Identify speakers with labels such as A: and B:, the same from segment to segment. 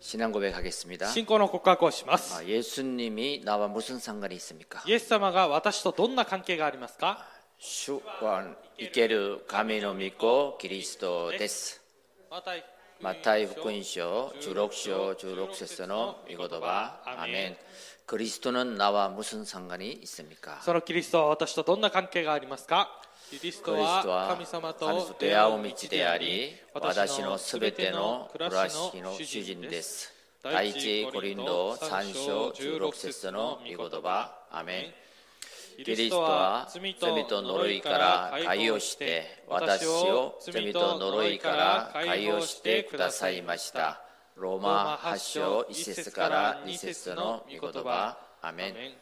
A: 신앙 고백하겠습니다.
B: 信仰の告白をします
A: 아, 예수님이 나와 무슨 상관이 있습니까?
B: イエス様が私とどんな関係がありますか
A: 主は生ける神の御子キリストです。
B: マタイ
A: マタイ福音書16章16節の御言葉アーメン그리스도는 나와 무슨 상관이 있습니까?
B: そのキリストは私とどんな関係がありますかキリス
A: ク
B: ト
A: リスト
B: は
A: は
B: 神様
A: 神
B: と
A: と
B: 出
A: 出
B: 会
A: 会
B: う
A: う
B: 道
A: 道
B: で
A: で
B: あ
A: あ
B: り
A: り、
B: 私
A: 私
B: の
A: の
B: す
A: す
B: べ
A: べ
B: て
A: て
B: の
A: の
B: 暮
A: 暮
B: ら
A: ら
B: し
A: し
B: の
A: の
B: 主
A: 主
B: 人
A: 人
B: で
A: ですす。
B: 第
A: 第
B: 一
A: 一
B: コ
A: コ
B: リ
A: リ
B: ン
A: ン
B: ト
A: ト
B: 3
A: 3
B: 章
A: 章
B: 16
A: 16
B: 節
A: 節
B: の
A: の
B: 御
A: 御
B: 言
A: 言
B: 葉
A: 葉
B: ア
A: ア
B: メ
A: メ
B: ン
A: ン
B: キ
A: キ
B: リ
A: リス
B: スト
A: ト
B: は
A: は
B: 罪
A: 罪と
B: と呪
A: 呪
B: い
A: い
B: か
A: からら
B: 解
A: 解
B: 放
A: 放
B: し
A: してて
B: 私
A: 私
B: を
A: を
B: 罪
A: 罪
B: と
A: と
B: 呪
A: 呪
B: い
A: い
B: か
A: からら
B: 解
A: 解
B: 放
A: 放
B: し
A: してて
B: く
A: く
B: だ
A: だ
B: さ
A: さ
B: い
A: い
B: ま
A: ま
B: し
A: したた
B: ロ
A: ロ
B: ー
A: ー
B: マ
A: マ
B: 8
A: 8
B: 章
A: 章
B: 1
A: 1
B: 節
A: 節
B: か
A: からら
B: 2
A: 2
B: 節
A: 節
B: の
A: の
B: 御
A: 御
B: 言
A: 言
B: 葉
A: 葉
B: ア
A: ア
B: メ
A: メ
B: ン
A: ン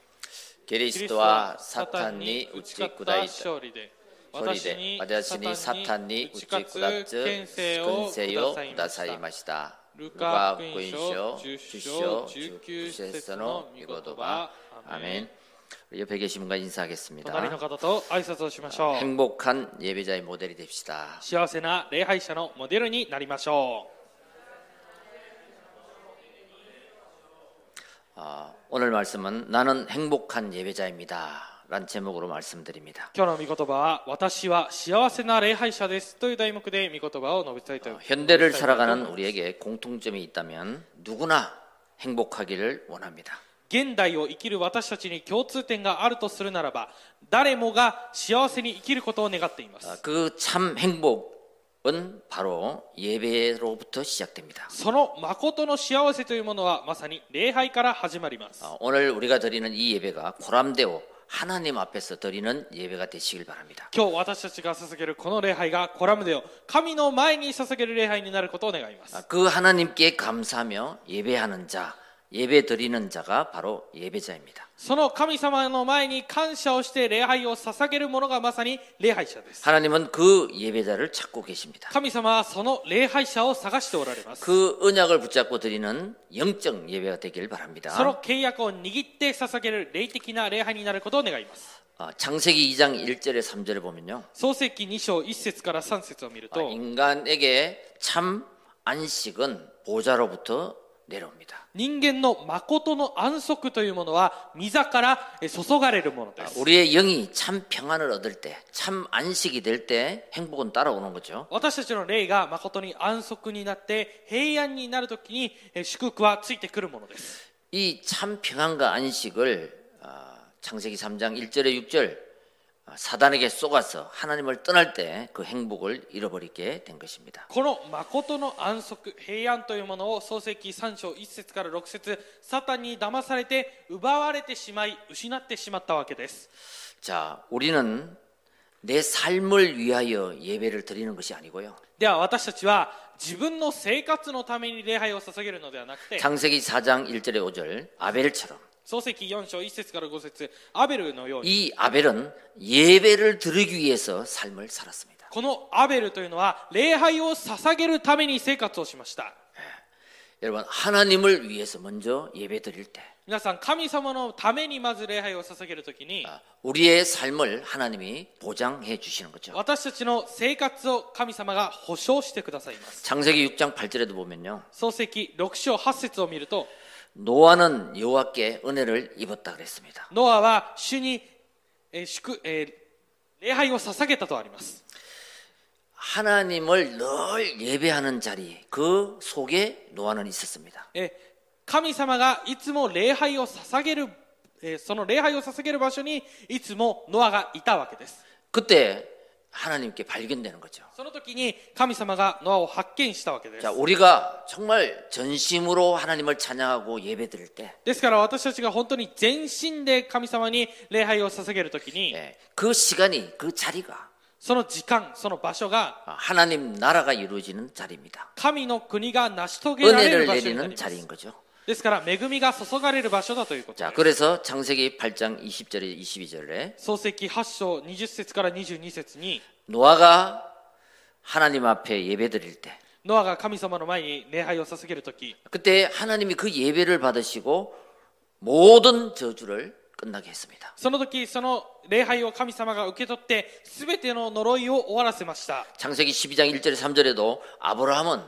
A: キリ
B: キ
A: ス
B: リスト
A: ト
B: は
A: は
B: サ
A: サ
B: タ
A: タ
B: ン
A: ン
B: に
A: に
B: 打
A: 打
B: ち
A: ち
B: 勝
A: 砕い
B: った
A: た
B: 勝
A: 勝利
B: 利で
A: で
B: 私
A: 私
B: に
A: にサ
B: サタ
A: タ
B: ン
A: ン
B: に
A: に
B: 打
A: 打
B: ち
A: ち
B: 勝
A: 砕
B: つ
A: つ
B: 権
A: 権
B: 勢
A: 勢
B: を
A: を
B: く
A: く
B: だ
A: だ
B: さ
A: さ
B: い
A: い
B: ま
A: ま
B: し
A: した
B: ル
A: ル
B: カ
A: カ
B: 福
A: 福
B: 音
A: 音
B: 書
A: 書
B: 10章
A: 10장 19節の御言葉
B: ア
A: ア
B: メ
A: メ
B: ン
A: ン우리 옆에 계신 분과
B: 隣の
A: 인사하겠습니다
B: 方と挨拶をしましょう
A: 어, 행복한 예배자의 모델이 됩시다
B: 幸せな礼拝者のモデルになりましょ
A: 아, 오늘 말씀은 나는 행복한 예배자입니다 라는 제목으로 말씀드립니다
B: う今日の御言葉は私は幸せな礼拝者ですという題目で御言葉を述べたいと
A: 현대를 살아가는 우리에게 공통점이 있다면 누구나 행복하기를 원합니다
B: 現代を生きる私たちに共通点があるとするならば誰もが幸せに生きることを願っています
A: 그 참 행복은 바로 예배로부터 시작됩니다
B: その誠の幸せというものはまさに礼拝から始まります
A: 어, 오늘 우리가 드리는 이 예배가 보람되고 하나님 앞에서 드리는 예배가 되시길 바랍니다.
B: 今日私たちが捧げるこの礼拝がコラムデを神の前に捧げる礼拝になることを願います
A: 아, 그 하나님께 감사하며 예배하는 자, 예배 드리는 자가 바로 예배자입니다.
B: その神様の前に感謝をして礼拝を捧げる者がまさに礼拝者です
A: 하나님은 그 예배자를 찾고 계십니다.
B: 神様はその礼拝者を探しておられます
A: 그 언약을 붙잡고 드리는 영적 예배가 되길
B: その
A: 바랍니다.
B: 契約を握って捧げる霊的な礼拝になることを願います
A: 아, 창세기 2장 1절에 3절을 보면요.
B: 創世記2章1節から3節を見る
A: 아,
B: と
A: 인간에게 참 안식은 보좌로부터 내려옵니다.
B: 人間の誠の安息というものは御座からえ注がれるものです
A: 아, 우리의 영이 참 평안을 얻을 때, 참 안식이 될 때 행복은 따라오는 거죠.
B: 私たちの霊が誠に安息になって平安になるときにえー祝福はついてくるものです
A: 이 참 평안과 안식을 아, 창세기 3장 1절에 6절 아, 사단에게 속아서 하나님을 떠날 때 그 행복을 잃어버리게 된 것입니다.
B: この誠の安息平安というものを創世記3章1節から6節サタンに騙されて奪われてしまい失ってしまったわけです
A: 자, 우리는 내 삶을 위하여 예배를 드리는 것이 아니고요.
B: では私たちは自分の生活のために礼拝を捧げるのではなくて
A: 창세기 4장 1절에 5절 아벨처럼
B: 創世記4章1節から5節アベルのように
A: 이 아벨은 예배를 드리기 위해서 삶을 살았습니다.
B: このアベルというのは礼拝を捧げるために生活をしました
A: 여러분 하나님을 위해서 먼저 예배 드릴 때
B: 皆さん神様のためにまず礼拝を捧げるときに
A: 아, 우리의 삶을 하나님이 보장해 주시는 거죠.
B: 私たちの生活を神様が保証してくださいます
A: 창세기 6장 8절에도 보면요.
B: 創世記6章8節を見ると
A: 노아는 여호와께 은혜를 입었다 그랬습니다.
B: ノアは主に、えー祝えー礼拝を捧げたとあります
A: 하나님을 늘 예배하는 자리 그 속에 노아는 있었습니다.
B: えー神様がいつも礼拝を捧げるえーその礼拝を捧げる場所にいつもノアがいたわけです
A: 그때 하나님께 발견되는 거죠.
B: その時に神様がノアを発見したわけです
A: 자, 우리가 정말 전심으로 하나님을 찬양하고 예배 드릴 때
B: ですから私たちが本当に全身で神様に礼拝を捧げるときに
A: 예, 그 시간이 그 자리가
B: その時間その場所が
A: 아, 하나님 나라가 이루어지는 자리입니다.
B: 神の国が成し遂げられる
A: 은혜를
B: 場所になり
A: 내리는
B: ます
A: 자리인 거죠.
B: ですから恵みが注がれる場所だということ
A: 자, 그래서 창세기 8장 20절에 22절에
B: 創世記8章20節から22節に
A: 노아가 하나님 앞에 예배 드릴 때
B: ノアが神様の前に礼拝を捧げるとき
A: 그때 하나님이 그 예배를 받으시고 모든 저주를 끝나게 했습니다.
B: その時その礼拝を神様が受け取って全ての呪いを終わらせました
A: 창세기 12장 1절에 3절에도 아브라함은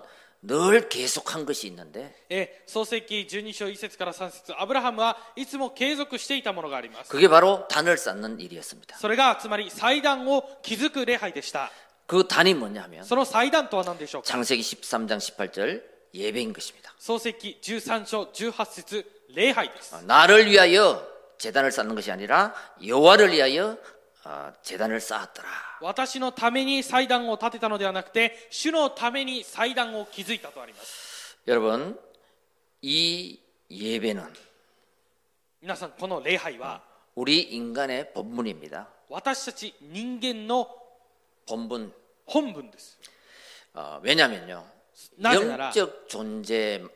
A: 늘 계속한 것이 있는데
B: えー創世記12章1節から3節アブラハムはいつも継続していたものがあります。
A: 그게 바로 단을 쌓는 일이었습니다.
B: それがつまり祭壇を築く礼拝でした。
A: 그 단이 뭐냐 하면
B: その祭壇とは何でしょうか
A: 장세기 13장 18절 예배인 것입니다.
B: 創世記13章18節礼拝です。
A: 어, 나를 위하여 재단을 쌓는 것이 아니라 여호와를 위하여 아, 재단을 쌓았더라.
B: 私のために祭壇を建てたのではなくて、主のために祭壇を築いたとあります。
A: 여러분 이 예배는
B: 皆さん、この礼拝は、
A: 우리 인간의 본분입니다.
B: 私たち人間の
A: 본분.
B: 本文です。
A: 어, 왜냐면요.
B: なぜなら、
A: 영적 존재자만이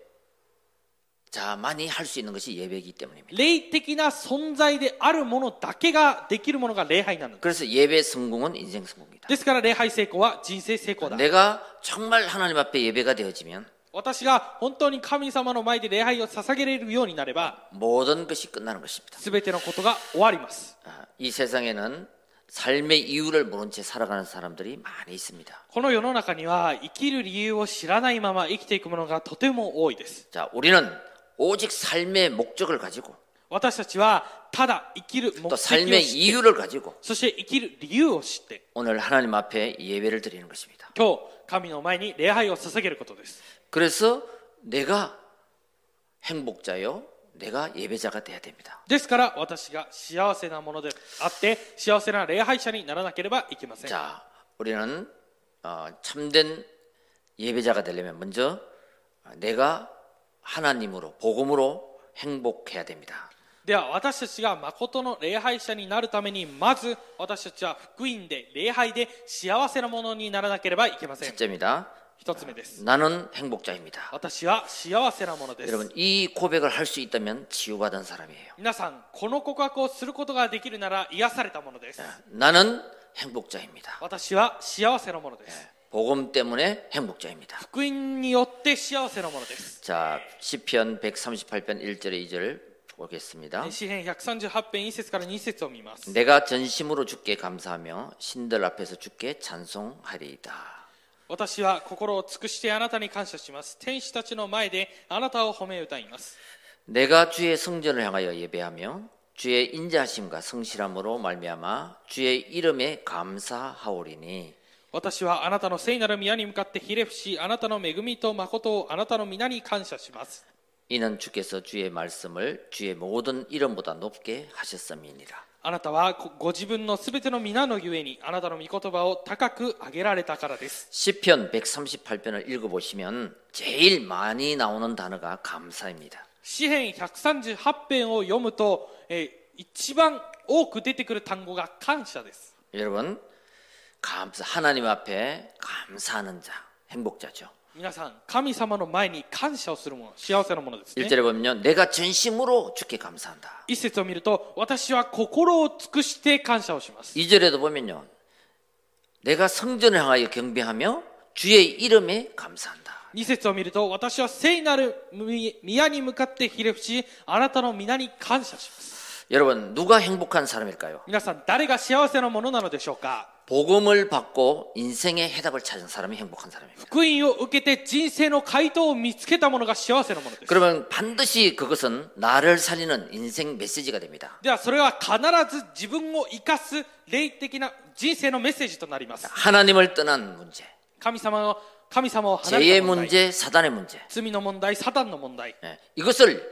A: 할 수 있는 것이 예배이기 때문입니다.
B: 霊的な存在であるものだけができるものが礼拝なのです。
A: 그래서 예배 성공은 인생 성공이다.
B: ですから礼拝成功は人生成功だ。
A: 내가 정말 하나님 앞에 예배가 되어지면
B: 私が本当に神様の前で礼拝を捧げれるようになれば、
A: 모든 것이 끝나는 것입니다.
B: すべてのことが終わります。
A: 아, 이 세상에는 삶의 이유를 모른 채 살아가는 사람들이 많이 있습니다.
B: この世の中には生きる理由を知らないまま生きていくものがとても多いです。
A: 자, 우리는 오직 삶의 목적을 가지고
B: 私たちはただ生きる目
A: 또
B: 的を
A: 삶의
B: 知って、
A: 이유를 가지고
B: そして生きる理由を知って、
A: 오늘 하나님 앞에 예배를 드리는 것입니다.
B: 今日神の前に礼拝を捧げることです。
A: 그래서 내가 행복자요, 내가 예배자가 돼야 됩니다.
B: ですから私が幸せなものであって、幸せな礼拝者にならなければいけません。
A: 자, 우리는 어, 참된 예배자가 되려면 먼저 아, 내가 하나님으로 복음으로 행복해야 됩니다.
B: では私たちが誠の礼拝者になるためにまず私たちは福音で礼拝で幸せなものにならなければいけません
A: 첫째입니다.
B: 一つ目です
A: 나는 행복자입니다.
B: 私は幸せなものです
A: 여러분 이 고백을 할 수 있다면 치유받은 사람이에요.
B: 皆さんこの告白をすることができるなら癒されたものです
A: 나는 행복자입니다.
B: 私は幸せなものです
A: 복음 때문에 행복자입니다.
B: 福音によって幸せなものです
A: 자, 시편 138편 1절에 2절 보겠습니다.
B: 詩編138編1節から2節を見ます
A: 내가 전심으로 주께 감사하며 신들 앞에서 주께 찬송하리이다.
B: 私は心を尽くしてあなたに感謝します天使たちの前であなたを褒め歌います
A: 내가 주의 성전을 향하여 예배하며 주의 인자하심과 성실함으로 말미암아 주의 이름에 감사하오리니
B: 私はあなたの聖なる宮に向かってひれ伏し、あなたの恵みと誠をあなたの皆に感謝します。
A: 이는 주께서 주의 말씀을 주의 모든 이름보다 높게 하셨음이니라.
B: あなたはごご自分のすべての皆のゆえに、あなたの御言葉を高く上げられたからです。
A: 시편 138편을 읽어 보시면 제일 많이 나오는 단어가 감사입니다.
B: 詩編138編を読むと、えー一番多く出てくる単語が感謝です。
A: 여러분 감사 하나님 앞에 감사하는 자 행복자죠.
B: 皆さん、神様の前に感謝をするもの、幸せなものですね。
A: 1절에 보면요. 내가 전심으로 주께 감사한다.
B: 一節を見ると、私は心を尽くして感謝をします。
A: 2절에도 보면요. 내가 성전을 향하여 경배하며 주의 이름에 감사한다.
B: 二節を見ると私は聖なる宮に向かってひれ伏しあなたの皆に感謝します
A: 여러분 누가 행복한 사람일까요?
B: 皆さん誰が幸せなものなのでしょうか
A: 복음을 받고 인생의 해답을 찾은 사람이 행복한 사람입니다.
B: 福音を受けて人生の回答を見つけたものが幸せなものです
A: 그러면 반드시 그것은 나를 살리는 인생 메시지가 됩니다.
B: ではそれは必ず自分を生かす霊的な人生のメッセージとなります
A: 하나님을 떠난 문제,
B: 神様の神様を離れ
A: 죄의
B: た問題
A: 문제, 사단의 문제.
B: 罪の問題サタンの問題
A: 예, 이것을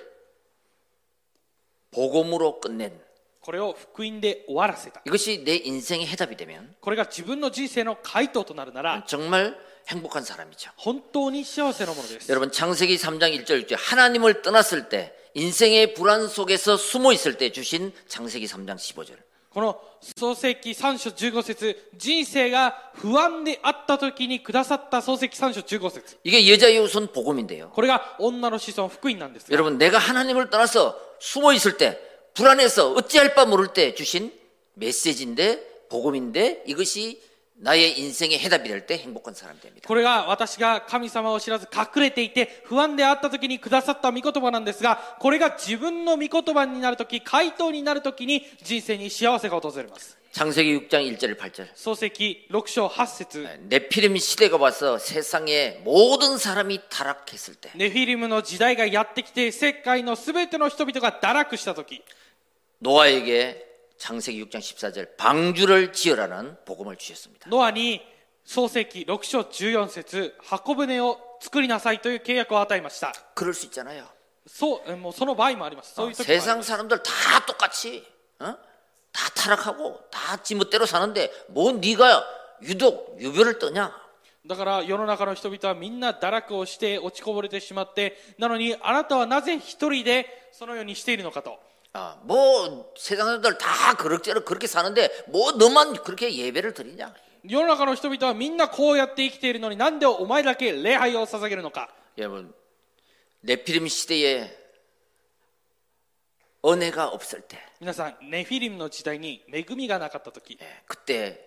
A: 복음으로 끝낸
B: これを福音で終わらせた
A: 이것이 내 인생의 해답이 되면
B: これが自分の人生の回答となるなら
A: 정말 행복한 사람이죠.
B: 本当に幸せなものです
A: 여러분 창세기 3장 1절 6절 하나님을 떠났을 때 인생의 불안 속에서 숨어 있을 때 주신 창세기 3장 15절.
B: この創世記3章15節人生が不安であった時にくださった創世記3章15節
A: 이게 여자의 우선 복음인데요.
B: これが女の子孫福音なんですが
A: 여러분 내가 하나님을 떠나서 숨어 있을 때 불안해서 어찌할 바 모를 때 주신 메시지인데 복음인데 이것이 나의 인생의 해답이 될 때 행복한 사람이 됩니다.
B: これが私が神様を知らず隠れていて不安であった時にくださった御言葉なんですがこれが自分の御言葉になる時回答になる時に人生に幸せが訪れます
A: 창세기 6장 1절 8절.
B: 漱石6章8節
A: 네피림 시대가 와서 세상의 모든 사람이 타락했을 때
B: ネフィリムの時代がやってきて世界の全ての人々が堕落した時
A: 노아에게 창세기 6장 14절 방주를 지으라는 복음을 주셨습니다.
B: ノアに漱石6章14節箱舟を作りなさいという契約を与えました
A: 그럴 수 있잖아요.
B: そうえもうその場合もありますそういう時もあります
A: 세상 사람들 다 똑같이 어? 다 타락하고 다 지멋대로 사는데 뭐 네가 유독 유별을 떠냐?
B: だから世の中の人々はみんな堕落をして落ちこぼれてしまってなのにあなたはなぜ一人でそのようにしているのかと
A: 아, 뭐 세상 사람들 다 그럭저럭 그렇게 사는데 뭐 너만 그렇게 예배를 드리냐?
B: 世の中の人々はみんなこうやって生きているのになんでお前だけ礼拝を捧げるのか
A: 여러분 네피림 시대에 은혜가 없을 때
B: 皆さんネフィリムの時代に恵みがなかった時
A: 예, 그때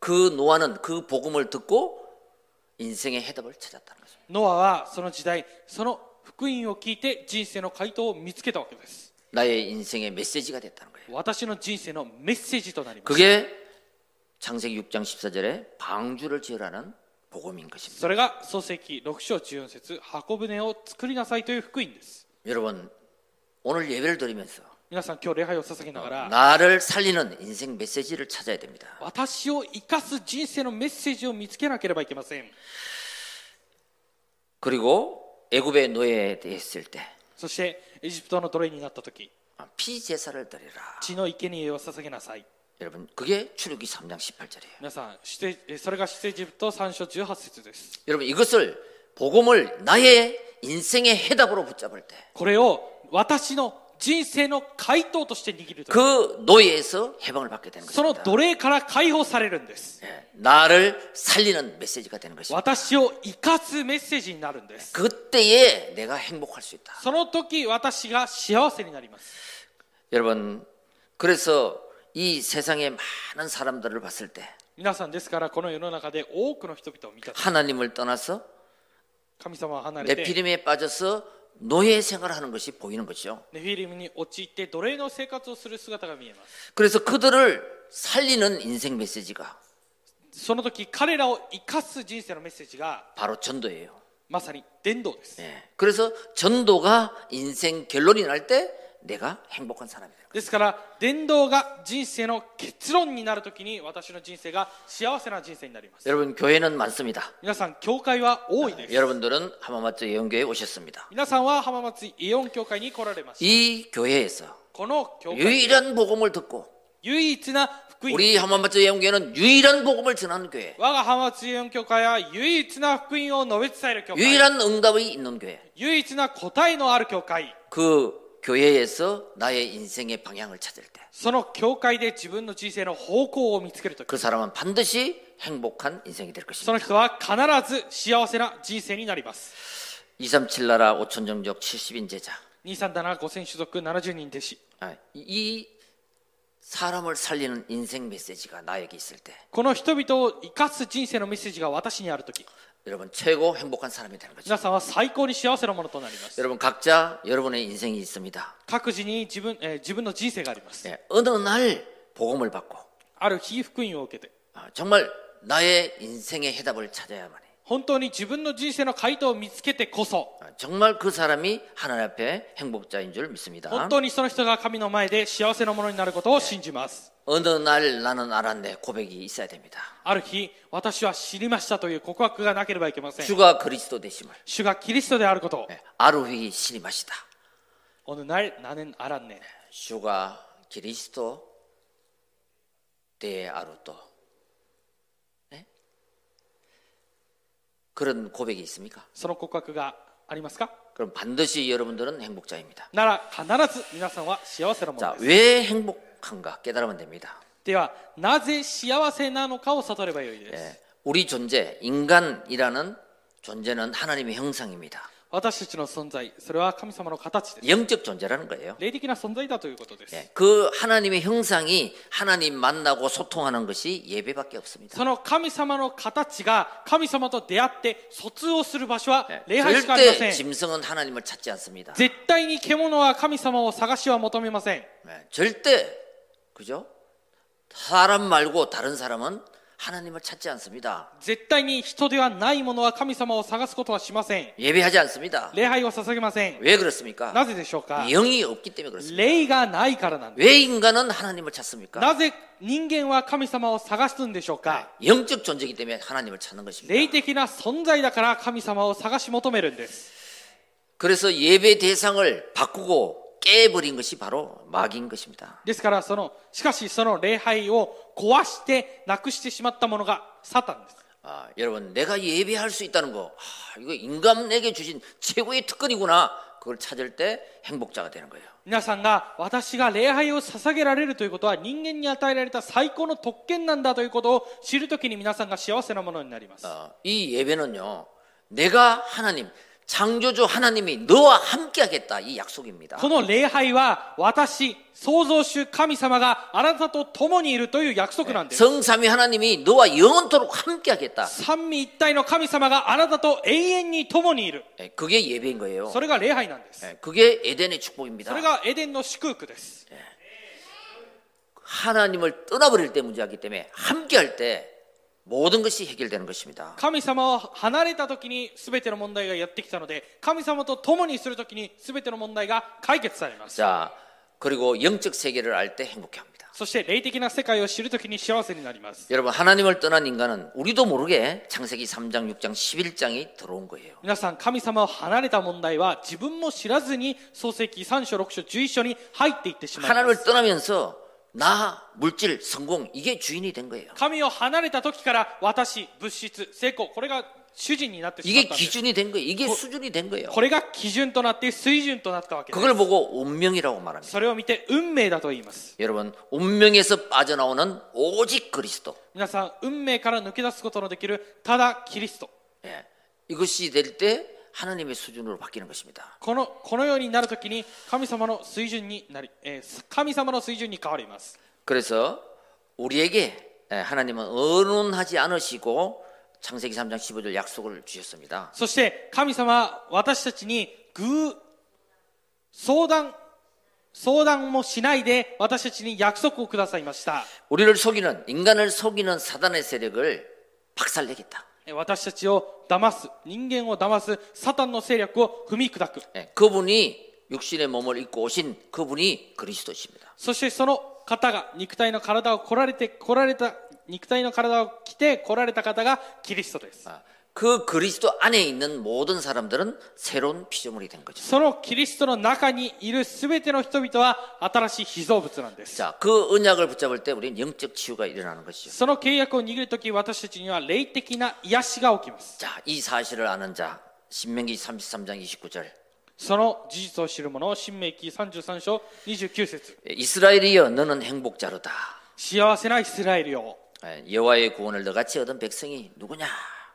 A: 그 노아는 그 복음을 듣고 인생의 해답을 찾았다는 거죠.
B: ノアはその時代その福音を聞いて人生の回答を見つけたわけです
A: 나의 인생의 메시지가 됐다는 거예요.
B: 私の人生のメッセージとなります
A: 그게 창세기 6장 14절에 방주를 지으라는 복음인 것입니다.
B: それが漱石6章14節箱舟を作りなさいという福音です
A: 여러분 오늘 예배를 드리면서
B: 皆さん今日礼拝を捧げながら
A: 나를 살리는 인생 메시지를 찾아야 됩니다.
B: 私を生かす人生のメッセージを見つけなければいけません
A: 그리고 애굽의 노예에 있을 때
B: そしてエジプトの奴隷になった時
A: 피제사를 드리라.
B: 血の生贄を捧げなさい
A: 여러분 그게 출애기 3장 18절이에요.
B: 皆さん出エそれが出エジプト3章18節です
A: 여러분 이것을 복음을 나의 인생의 해답으로 붙잡을 때
B: これを私の人生の回答として握ると
A: 그 노예에서 해방을 받게 되는
B: その
A: 것입니다.
B: 奴隷から解放されるんです
A: 예, 나를 살리는 메시지가 되는 것입니다.
B: 私を生かすメッセージになるんです
A: 그때에 내가 행복할 수 있다.
B: その時私が幸せになります
A: 여러분, 그래서 이 세상의 많은 사람들을 봤을 때
B: 皆さんですからこの世の中で多くの人々を見た
A: 하나님을 떠나서
B: 神様は離れて
A: 내피림에 빠져서 노예 생활하는 것이 보이는 거죠.
B: ネフィリムに陥って奴隷の生活をする姿が見えます
A: 그래서 그들을 살리는 인생 메시지가
B: その時彼らを生かす人生のメッセージが
A: 바로 전도예요.
B: まさに伝道です
A: 예. 그래서 전도가 인생 결론이 날 때 내가 행복한 사람이 되는 거예요.
B: ですから伝道が人生の結論になる時に私の人生が幸せな人生になります
A: 여러분, 교회는 많습니다.
B: 皆さん教会は多いです
A: 여러분들은 하마마트 예언교회에 오셨습니다.
B: 皆さんは浜松イオン教会に来られました
A: 이 교회에서
B: この教会
A: 유일한 복음을 듣고
B: 唯一な福音
A: 우리 하마마트 예언교회는 유일한 복음을 전하는 교회,
B: 我が浜松イオン教会は唯一な福音を述べ伝える教会
A: 유일한 응답이 있는 교회.
B: 唯一な答えのある教会
A: 그 교회에서 나의 인생의 방향을 찾을 때,
B: その教会で自分の人生の方向を見つけるとき
A: 그 사람은 반드시 행복한 인생이 될
B: そ
A: 것입니다.
B: の人は必ず幸せな人生になります
A: 237 나라 5천 정적 70인 제자.
B: 2375,000種族70人弟子
A: 아, 이 사람을 살리는 인생 메시지가 나에게 있을 때,
B: この人々を生かす人生のメッセージが私にあるとき
A: 여러분 최고 행복한 사람이 되는 거죠.
B: 皆さんは最高に幸せなものとなります
A: 여러분 각자 여러분의 인생이 있습니다.
B: 各自に自分,、えー自分の人生があります
A: 예, 어느 날 복음을 받고
B: ある日福音を受けて
A: 아, 정말 나의 인생의 해답을 찾아야만 해.
B: 本当に自分の人生の回答を見つけてこそ
A: 아, 정말 그 사람이 하나님 앞에 행복자인 줄 믿습니다.
B: 本当にその人が神の前で幸せなものになることを信じます
A: 어느 날 나는 알았네 고백이 있어야 됩니다.
B: ある日私は知りましたという告白がなければいけません
A: 주가 그리스도 되심을
B: 主がキリストであることを
A: 예, 아루히 신임하시다.
B: 어느 날 나는 알았네
A: 주가 그리스도 대 아루도 예? 그런 고백이 있습니까?
B: その告白がありますか
A: 그럼 반드시 여러분들은 행복자입니다.
B: なら必ず皆さんは幸せなもの
A: 자,
B: です
A: 왜 행복한가 깨달으면 됩니다.
B: ではなぜ幸せなのかを悟ればよいです、
A: 예, 우리 존재, 인간이라는 존재는 하나님의 형상입니다.
B: 私たちの存在それは神様の形です
A: 영적 존재라는 거예요.
B: 霊的な存在だということです、
A: 예, 그 하나님의 형상이 하나님 만나고 소통하는 것이 예배밖에 없습니다.
B: その神様の形が神様と出会って疎通をする場所は
A: 예,
B: 礼拝しかありませ
A: 절대
B: ん
A: 짐승은 하나님을 찾지 않습니다.
B: 絶対に獣は神様を探しは求めません
A: 예, 절대 그죠? 사람 말고 다른 사람은 하나님을 찾지 않습니다.
B: 絶対に人ではないものは神様を探すことはしません
A: 예배하지 않습니다.
B: 礼拝を捧げません
A: 왜 그렇습니까?
B: なぜでしょうか
A: 영이 없기 때문에 그렇습니다.
B: 霊がないからなんです
A: 왜 인간은 하나님을 찾습니까?
B: なぜ人間は神様を探すんでしょうか
A: 영적 존재이기 때문에 하나님을 찾는
B: 霊
A: 것입니다.
B: 的な存在だから神様を探し求めるんです
A: 그래서 예배 대상을 바꾸고 깨버린 것이 바로 마귀인 것입니다.
B: ですからそのしかしその礼拝を壊してなくしてしまったものがサタンです
A: 아, 여러분, 내가 예배할 수 있다는 거, 아, 이거 인간에게 주신 최고의 특권이구나. 그걸 찾을 때 행복자가 되는 거예요.
B: 皆さんが私が礼拝を捧げられるということは人間に与えられた最高の特権なんだということを知るときに皆さんが幸せなものになります
A: 어, 이 예배는요, 내가 하나님, 창조주 하나님이 너와 함께 하겠다. 이 약속입니다.
B: この礼拝は私創造主神様があなたと共にいるという約束なんです
A: 성삼위 하나님이 너와 영원토록 함께 하겠다.
B: 三位一体の神様があなたと永遠に共にいる
A: 예, 그게 예배인 거예요.
B: それが礼拝なんです。
A: 예, 그게 에덴의
B: それ
A: 축복입니다.
B: がエデンの祝福です。
A: 하나님을 떠나버릴 때 문제이기 때문에 함께 할 때 모든 것이 해결되는 것입니다.
B: 神様を離れた時に全ての問題がやってきたので、神様と共にする時に全ての問題が解決されます。
A: 자, 그리고 영적 세계를 알 때 행복해 합니다.
B: そして霊的な世界を知る時に幸せになります。
A: 여러분, 하나님을 떠난 인간은 우리도 모르게 창세기 3장, 6장, 11장이 들어온 거예요.
B: 皆さん、神様を離れた問題は自分も知らずに創世記3章6章11章に入っていってしまいま
A: 하나님을
B: す。
A: 떠나면서 나, 물질, 성공 이게 주인이 된 거예요.
B: 神を離れた時から私、物質、成功、これが主人になってしまっ
A: 이게
B: たんです。
A: 기준이 된 거예요. 이게 수준이 된 거예요.
B: これが基準となって水準となったわけです。
A: 그걸 보고 운명이라고 말합니다.
B: それを見て運命だと言います。
A: 여러분, 운명에서 빠져나오는 오직 그리스도.
B: 皆さん運命から抜け出すことのできるただキリスト
A: 예. 이것이 될 때 하나님의 수준으로 바뀌는 것입니다.
B: このこのようになるときに神様の水準になり、えー神様の水準に変わります
A: 그래서 우리에게 예, 하나님은 언론하지 않으시고 창세기 3장 15절 약속을 주셨습니다.
B: そして神様は私たちに偶相談相談もしないで私たちに約束をくださいました
A: 우리를 속이는 인간을 속이는 사단의 세력을 박살내겠다.
B: えー私たちを騙す人間を騙すサタンの勢力を踏み砕く
A: 예, 그분이 육신의 몸을 입고 오신 그분이 그리스도십니다.
B: そしてその方が肉体の体を来られて来られた肉体の体を着て来られた方がキリストです
A: 아, 그 그리스도 안에 있는 모든 사람들은 새로운 피조물이 된 거죠.
B: そのキリストの中にいるすべての人々は新しい被造物なんです。
A: 자, 그 언약을 붙잡을 때 우리는 영적 치유가 일어나는 것이죠.
B: その契約を握るとき、私たちには霊的な癒しが起きます。
A: 자, 이 사실을 아는 자, 신명기 33장 29절.
B: その事実を知る者、新明記33章29節
A: 예, 이스라엘이여 너는 행복자로다.
B: 幸せなイスラエルよ。
A: 예, 여호와의 구원을 너같이 얻은 백성이 누구냐?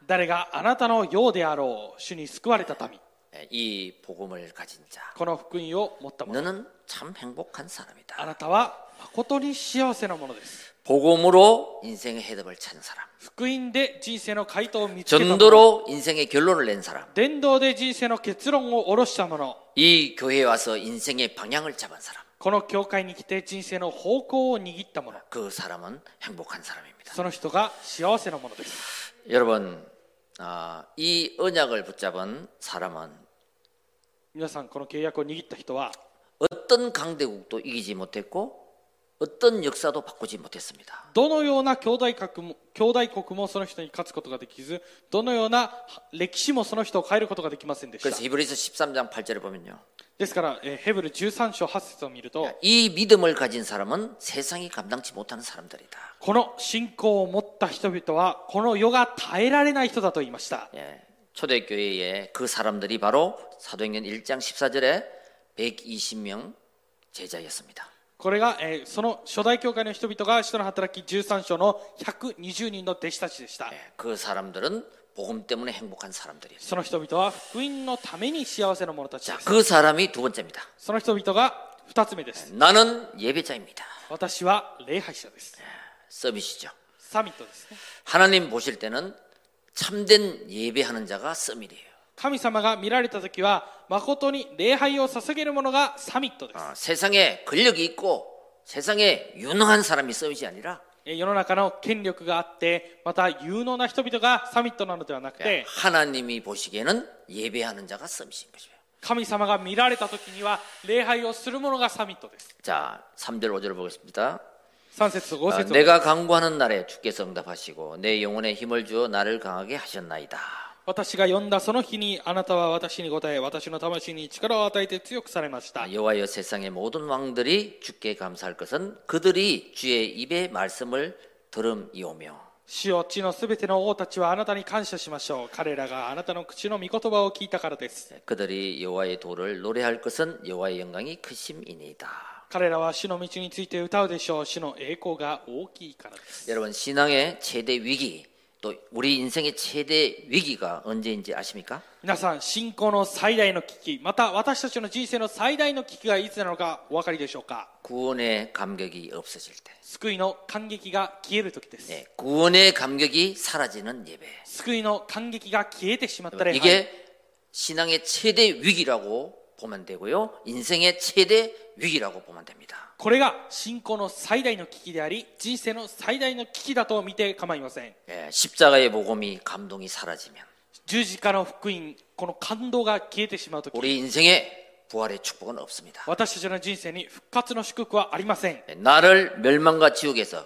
B: 誰があなたのようであろう。主に救われた民。
A: 예, 이 복음을 가진 자.
B: この福音を持った者。
A: 너는 참 행복한
B: あ
A: 사람이다.
B: なたは誠に幸せなものです。
A: 복음으로 인생의 해답을 찾은 사람.
B: 福音で人生の回答を見つけた者。
A: 전도로 인생의 결론을 낸 사람.
B: 伝道で人生の結論を下ろした者。
A: 이 교회에 와서 인생의 방향을 잡은 사람.
B: この教会に来て人生の方向を握った者。
A: 그 사람은 행복한 사람입니다.
B: その人が幸せなものです。
A: 여러분, 아, 이 언약을 붙잡은 사람은
B: 皆さん、この契約を握った人は、
A: 어떤 강대국도 이기지 못했고 어떤 역사도 바꾸지 못했습니다.
B: どのような兄弟国も兄弟国もその人に勝つことができず、どのような歴史もその人を変えることができませんでし
A: 그래서
B: た。
A: 히브리서 13장 8절에 보면요.
B: ですから、えーヘブル13章8節を見ると、
A: 이 믿음을 가진 사람은 세상이 감당치 못하는 사람들이다.
B: この信仰を持った人々は、この世が耐えられない人だと言いました。
A: 예. 초대교회의 그 사람들이 바로 사도행전 1장 14절에 120명 제자였습니다.
B: これが、えーその初代教会の人々が使徒の働き13章の120人の弟子たちでした。
A: 예. 그 사람들은 복음 때문에 행복한 사람들이었어요.
B: その人々は福音のために幸せな者たち
A: 자,
B: です。
A: 그 사람이 두 번째입니다.
B: その人々が二つ目です。
A: 나는 예배자입니다.
B: 私は礼拝者です。
A: 썸이시죠.
B: サミットですね。
A: 하나님 보실 때는 참된 예배하는 자가 썸이래요.
B: 神様が見られた時は、誠に礼拝を捧げるものがサミットです。
A: 아, 세상에 권력이 있고 세상에 유능한 사람이 썸이 아니라
B: えー世の中の権力があってまた有能な人々がサミットなのではなくて
A: 네. 하나님이 보시기에는 예배하는 자가 섬이신 것이에요.
B: 神様が見られた時には礼拝をする者がサミットです。
A: 자, 3절 5절 보겠습니다.
B: 3節5
A: 아,
B: 節
A: 내가 강구하는 날에 주께서 응답하시고 내 영혼에 힘을 주어 나를 강하게 하셨나이다.
B: 私が呼んだその日にあなたは私に答え私の魂に力を与えて強くされました
A: 아, 여호와여 세상의 모든 왕들이 주께 감사할 것은 그들이 주의 입에 말씀을 들음이오며
B: 主よ地のすべての王たちはあなたに感謝しましょう彼らがあなたの口の御言葉を聞いたからです
A: 그들이 여호와의 도를 노래할 것은 여호와의 영광이 그 크심이니이다.
B: 彼らは主の道について歌うでしょう主の栄光が大きいからです
A: 여러분 신앙의 최대 위기 또 우리 인생의 최대 위기가 언제인지 아십니까?
B: 皆さん信仰の最大の危機また私たちの人生の最大の危機がいつなのかお分かりでしょうか
A: 구원의 감격이 없어질 때.
B: 救いの感激が消える時です
A: 예, 구원의 감격이 사라지는 예배.
B: 救いの感激が消えてしまった礼拝
A: 이게 신앙의 최대 위기라고 보면 되고요. 인생의 최대 위기라고 보면 됩니다.
B: これが信仰の最大の危機であり人生の最大の危機だと見て構いません
A: 예, 십자가의 복음이 감동이 사라지면
B: 十字架の福音この感動が消えてしまう時
A: 우리 인생의 부활의 축복은 없습니다.
B: 私たちの人生に復活の祝福はありません
A: 예, 나를 멸망과 지옥에서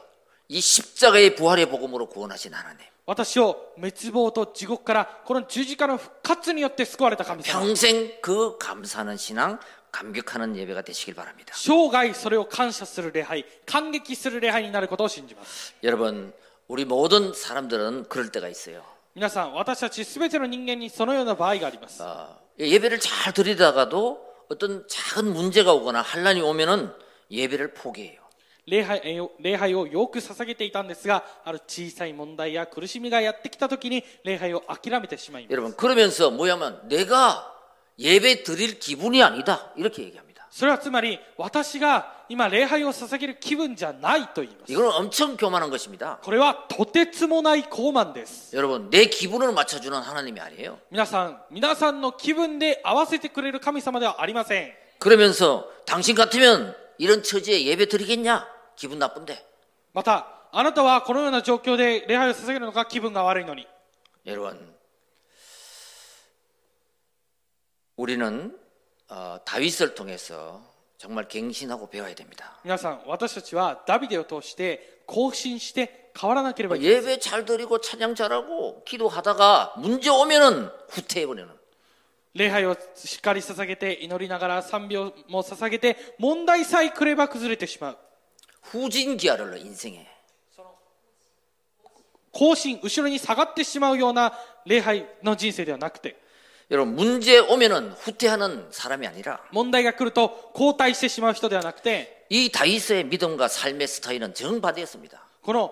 A: 이 십자가의 부활의 복음으로 구원하신 하나님.
B: 私を滅亡と地獄からこの十字架の復活によって救われた神様
A: 평생 그 감사하는 신앙, 감격하는 예배가 되시길 바랍니다.
B: 生涯それを感謝する礼拝感激する礼拝になることを信じます
A: 여러분, 우리 모든 사람들은 그럴 때가 있어요.
B: 皆さん私たち全ての人間にそのような場合があります
A: 어, 예배를 잘 드리다가도 어떤 작은 문제가 오거나 환란이 오면은 예배를 포기해요.
B: 礼拝えー礼拝をよく捧げていたんですがある小さい問題や苦しみがやってきた時に礼拝を諦めてしまいます
A: 여러분 그러면서 뭐냐면 내가 예배 드릴 기분이 아니다 이렇게 얘기합니다.
B: それはつまり私が今礼拝を捧げる気分じゃないと言います
A: 이건 엄청 교만한 것입니다.
B: これはとてつもない高慢です
A: 여러분 내 기분을 맞춰주는 하나님이 아니에요.
B: 皆さん皆さんの気分で合わせてくれる神様ではありません
A: 그러면서 당신 같으면 이런 처지에 예배 드리겠냐? 기분 나쁜데.
B: またあなたはこのような状況で礼拝を捧げるのか気分が悪いのに
A: 여러분 우리는 어, 다윗을 통해서 정말 갱신하고 배워야 됩니다.
B: 皆さん私たちはダビデを通して更新して変わらなければいけない
A: 뭐 예배 잘 드리고 찬양 잘하고 기도하다가 문제 오면은 후퇴해버리는
B: 礼拝をしっかり捧げて祈りながら賛美をも捧げて問題さえくれば崩れてしまう
A: 후진기아를 넣어, 인생에.
B: 更新後ろに下がってしまうような礼拝の人生ではなくて
A: 여러분 문제 오면은 후퇴하는 사람이 아니라
B: 問題が来ると後退してしまう人ではなくて
A: 이 다윗의 믿음과 삶의 스타일은 정반대였습니다.
B: この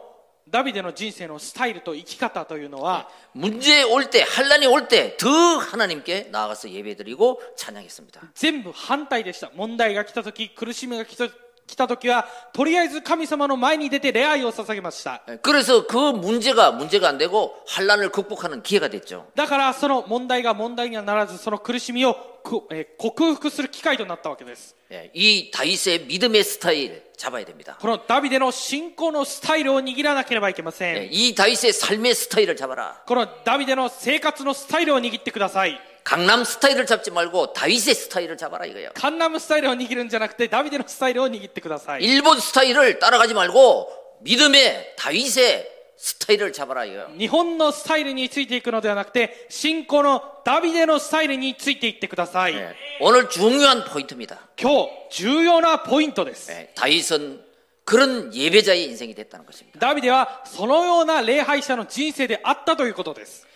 B: ダビデの人生のスタイルと生き方というのは
A: 문제 올 때, 환란이 올 때 더 하나님께 나아가서 예배드리고 찬양했습니다.
B: 全部反対でした問題が来た時苦しみが来た来た時はとりあえず神様の前に出て礼拝を捧げました
A: 그래서 그 문제가 문제가 안 되고 환란을 극복하는 기회가 됐죠.
B: だからその問題が問題にはならずその苦しみをくえー克服する機会となったわけです
A: 예, 이 다윗의 믿음의 스타일 잡아야 됩니다.
B: このダビデの信仰のスタイルを握らなければいけません、
A: 예, 이 다윗의 삶의 스타일을 잡아라.
B: このダビデの生活のスタイルを握ってください
A: 강남 스타일을 잡지 말고 다윗의 스타일을 잡아라 이거예요.
B: カンナムスタイルを握るんじゃなくてダビデのスタイルを握ってください
A: 일본 스타일을 따라가지 말고 믿음의 다윗의 스타일을 잡아라 이거예요.
B: 日本のスタイルについていくのではなくて信仰のダビデのスタイルについていってください、
A: 예, 오늘 중요한 포인트입니다.
B: 今日重要なポイントです、
A: 예, 다윗은 그런 예배자의 인생이 됐다는 것입니다.
B: ダビデはそのような礼拝者の人生であったということです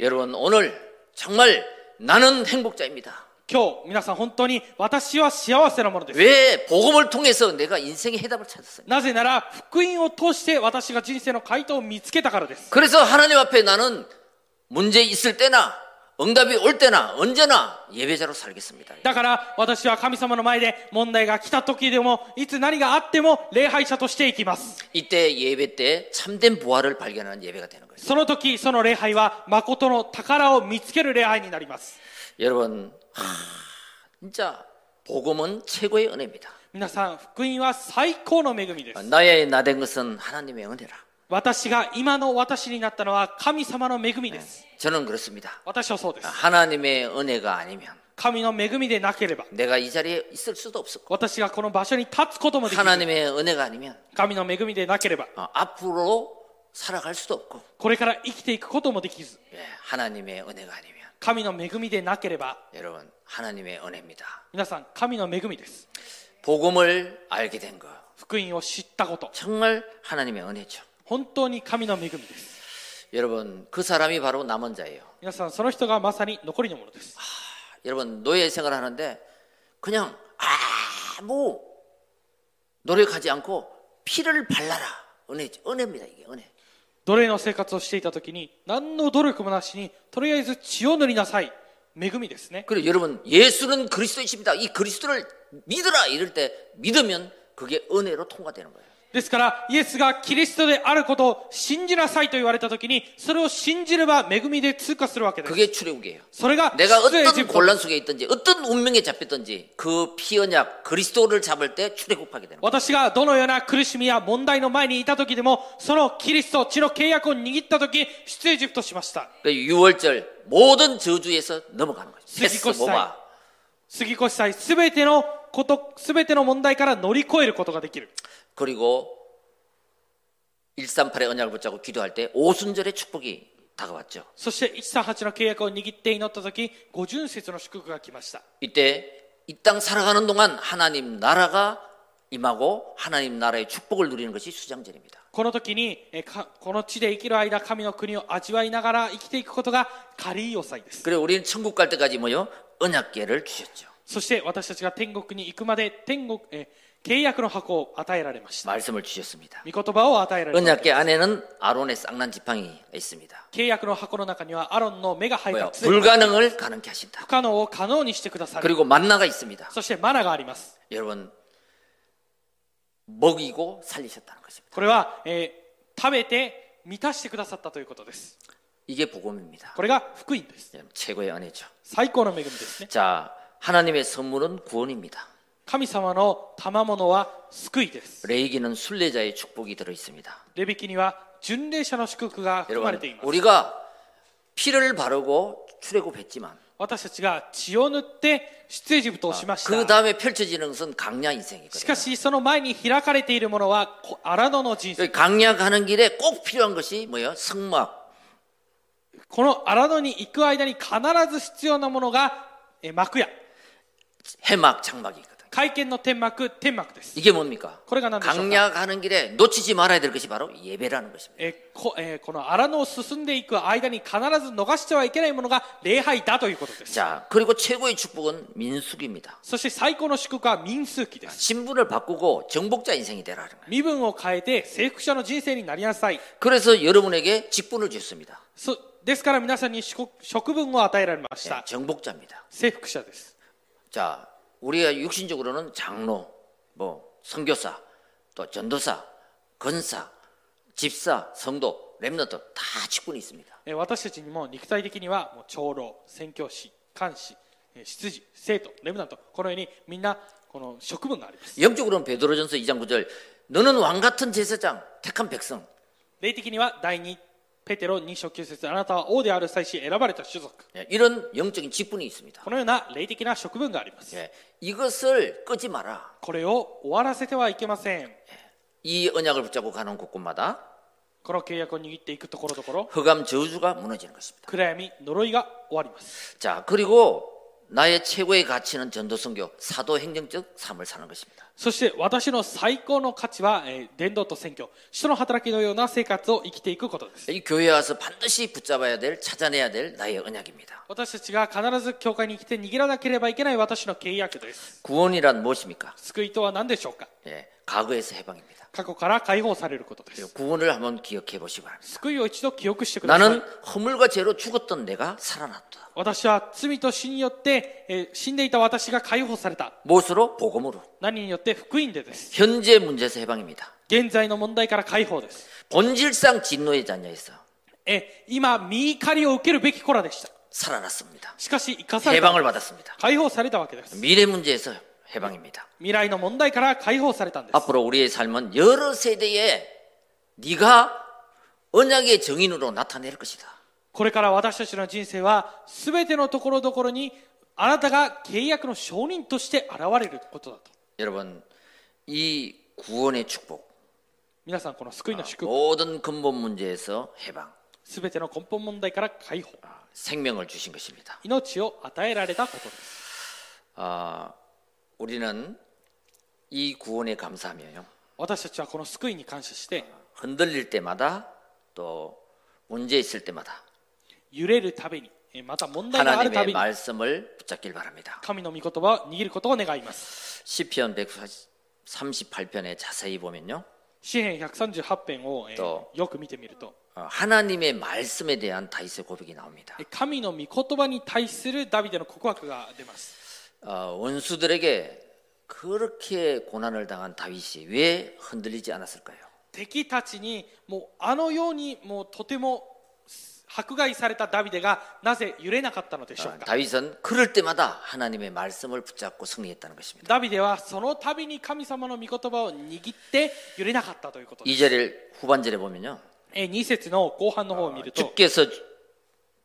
A: 여러분 오늘 정말 나는 행복자입니다.
B: 今日皆さん本当に私は幸せなものです
A: 왜 복음을 통해서 내가 인생의 해답을 찾았습니다.
B: なぜなら福音を通して私が人生の回答を見つけたからです
A: 그래서 하나님 앞에 나는 문제 있을 때나 응답이 올 때나 언제나 예배자로 살겠습니다.
B: だから私は神様の前で問題が来た時でもいつ何があっても礼拝者としていきます
A: 이때 예배 때 참된 부활을 발견하는 예배가 되는 거예요.
B: その時その礼拝は誠の宝を見つける礼拝になります
A: 여러분, 하, 진짜 복음은 최고의 은혜입니다.
B: 皆さん福音は最高の恵みです
A: 나의 나된 것은 하나님의 은혜라.
B: 私が今の私になったのは神様の恵みです、
A: 저는 그렇습니다.
B: 私はそうです
A: 하나님의 은혜가 아니면
B: 神の恵みでなければ
A: 내가 이 자리에 있을 수도 없었고
B: 私がこの場所に立つこともできない
A: 하나님의 은혜가 아니면
B: 神の恵みでなければ
A: 어, 앞으로 살아갈 수도 없고
B: これから生きていくこともできず
A: 예, 하나님의 은혜가 아니면
B: 神の恵みでなければ
A: 여러분 하나님의 은혜입니다.
B: 皆さん神の恵みです
A: 복음을 알게 된 거.
B: 福音を知ったこと
A: 정말 하나님의 은혜죠.
B: 本当に神の恵みです
A: 여러분 그 사람이 바로 남은 자예요.
B: 皆さんその人がまさに残りのものです
A: 여러분 노예 생활하는데 그냥 아무 노력하지 않고 피를 발라라 은혜 은혜입니다 이게 은혜.
B: 奴隷の生活をしていた時に何の努力もなしにとりあえず血を塗りなさい恵みですね
A: 그리고 여러분 예수는 그리스도이십니다. 이 그리스도를 믿으라 이럴 때 믿으면 그게 은혜로 통과되는 거예요.
B: ですからイエスがキリストであることを信じなさいと言われた時にそれを信じれば恵みで通過するわけです
A: 그게 출애굽이에요.
B: それが
A: 내가
B: 出エジ
A: 어떤
B: プト
A: 곤란 속에 있든지 어떤 운명에 잡혔든지 그 피언약 그리스도를 잡을 때 출애굽하게 되는 거예요.
B: 私がどのような苦しみや問題の前にいた時でもそのキリスト血の契約を握った時出エジプトしました
A: 그 유월절 모든 저주에서 넘어가는 거죠.
B: 슬기
A: 패스 모바
B: 꽃살. 杉越祭すべてのことすべての問題から乗り越えることができる
A: 그리고 138의 언약을 붙잡고 기도할 때 오순절의 축복이 다가왔죠.
B: そして138の契約を握って祈った時五巡節の祝福が来ました
A: 이때 이 땅 살아가는 동안 하나님 나라가 임하고 하나님 나라의 축복을 누리는 것이 수장절입니다.
B: この時にえーかこの地で生きる間神の国を味わいながら生きていくことがカリーオ祭です
A: 그리고 우리는 천국 갈 때까지 뭐요? 언약계를 주셨죠.
B: そして私たちが天国に行くまで天国えー契約の箱を与えられました
A: 말씀을 주셨습니다.
B: 御言葉を与えられました
A: 언약계 안에는 아론의 쌍난 지팡이 있습니다.
B: 契約の箱の中にはアロンの目が入っ
A: 뭐요?
B: た杖不
A: 불가능을 가능케 하신다.
B: 可能を可能にしてくださる
A: 그리고 만나가 있습니다.
B: そしてマナがあります
A: 여러분 먹이고 살리셨다는 것입니다.
B: これは、えー食べて満たしてくださったということです
A: 이게 복음입니다.
B: これが福音です
A: 여러분, 최고의 은혜죠.
B: 最高の恵みですね
A: 자, 하나님의 선물은 구원입니다.
B: 神様の賜物は救いです。
A: 레이기는 순례자의 축복이 들어 있습니다.
B: レビキには巡礼者の祝福が含まれてい
A: 여러분,
B: ます。
A: 우리가 피를 바르고 출애굽했지만
B: 私たちが血を塗って出エジプトをしまし
A: 그
B: た。
A: 다음에 펼쳐지는 것은 강야 인생이거든요.
B: しかしその前に開かれているものはこ荒野の人生。
A: 여기 강야 가는 길에 꼭 필요한 것이 뭐예요? 성막,
B: この荒野に行く間に必ず必要なものがえー幕や
A: 해막, 장막이 있거든. 요
B: 会見の天幕、天幕です。
A: 이게 뭡니까?
B: これが何でしょうか
A: 강야 가는 길에 놓치지 말아야 될 것이 바로 예배라는 것입니다.
B: えーこえーこの荒野を進んでいく間に必ず逃してはいけないものが礼拝だということです。
A: 자, 그리고 최고의 축복은 민숙입니다.
B: そして最高の祝福は民数記です。
A: 신분을 바꾸고 정복자 인생이 되라는 거예요.
B: 身分を変えて征服者の人生になりなさい
A: 그래서 여러분에게 직분을 주셨습니다.
B: そですから皆さんに職職分を与えられまし
A: 예,
B: た
A: 정복자입니다.
B: 征服者です
A: 자, 우리가 육신적으로는 장로, 뭐 선교사, 또 전도사, 건사, 집사, 성도, 렘너트 다 직분이 있습니다.
B: えー私たちにも肉体的にはもう長老宣教師監視えー執事生徒レムナントこのようにみんなこの職分があります
A: 영적으로는 베드로전서 2장 9절 너는 왕 같은 제사장, 택한 백성.
B: 霊的には第2ペテロ2章9節あなたは王である祭司選ばれた種族
A: 예, 이런 영적인 직분이 있습니다.
B: このような霊的な職分があります
A: 예, 이것을 끄지 마라.
B: これを終わらせてはいけません
A: 이 언약을 붙잡고 가는 곳곳마다
B: この契約を握っていくところどころ
A: 흑암 저주가 무너지는 것입니다.
B: 暗闇呪いが終わります
A: 자, 그리고 나의 최고의 가치는 전도 선교, 사도 행정적 삶을 사는 것입니다.
B: そして私の最高の価値は、えー伝道と選挙人の働きのような生活を生きていくことです
A: 이 교회에 와서 반드시 붙잡아야 될, 찾아내야 될 나의 언약입니다.
B: 私たちが必ず教会に来て握らなければいけない私の契約です
A: 구원이란 무엇입니까?
B: 救いとは何でしょうか
A: 예, 과거에서 해방입니다.
B: 過去から解放されることです
A: 구원을 한번 기억해 보시기 바랍니다.
B: 救いを一度記憶してくださ
A: 나는
B: い
A: 허물과 죄로 죽었던 내가 살아났다.
B: 私は罪と死によって、えー死んでいた私が解放された
A: 무엇으로? 복음으로.
B: 何によって福音でです
A: 현재 문제에서 해방입니다.
B: 現在の問題から解放です、
A: 본질상 진노의 자녀에서
B: えー今身怒りを受けるべき子らでした
A: 살아났습니다.
B: しかし生かされた
A: 해방을 받았습니다.
B: 解放されたわけです
A: 미래 문제에서 해방입니다.
B: 未来の問題から解放されたんです
A: 앞으로 우리의 삶은 여러 세대에 네가 언약의 증인으로 나타낼 것이다.
B: これから私たちの人生は全てのところどころにあなたが契約の証人として現れることだと
A: 여러분 이 구원의 축복
B: 皆さんこの救いの祝福
A: 모든 근본 문제에서 해방
B: 全ての根本問題から解放
A: 생명을 주신 것입니다.
B: 命を与えられたことです
A: 아, 우리는 이 구원에 감사하며
B: 私たちはこの救いに感謝して
A: 흔들릴 때마다 또 문제 있을 때마다
B: 揺れるたびにえまた問題があるた
A: 하나님의
B: びに
A: 말씀을 붙잡길 바랍니다.
B: 神の御言葉を握ることを願います
A: 시편 138편에 자세히 보면요.
B: 詩篇138編をえ
A: と
B: よく見てみると
A: 어, 하나님의 말씀에 대한 다윗의 고백이 나옵니다.
B: え神の御言葉に対するダビデの告白が出ます
A: 어, 원수들에게 그렇게 고난을 당한 다윗이 왜 흔들리지 않았을까요? 어,
B: 敵たちにもうあのようにもうとても迫害されたダビデがなぜ揺れなかったのでしょ
A: 어,
B: うか
A: 다윗은 그럴 때마다 하나님의 말씀을 붙잡고 승리했다는 것입니다.
B: ダビデはその度に神様の御言葉を握って揺れなかったということです
A: 이절을 후반절에 보면요.
B: え2節の後半の方を見ると
A: 주께서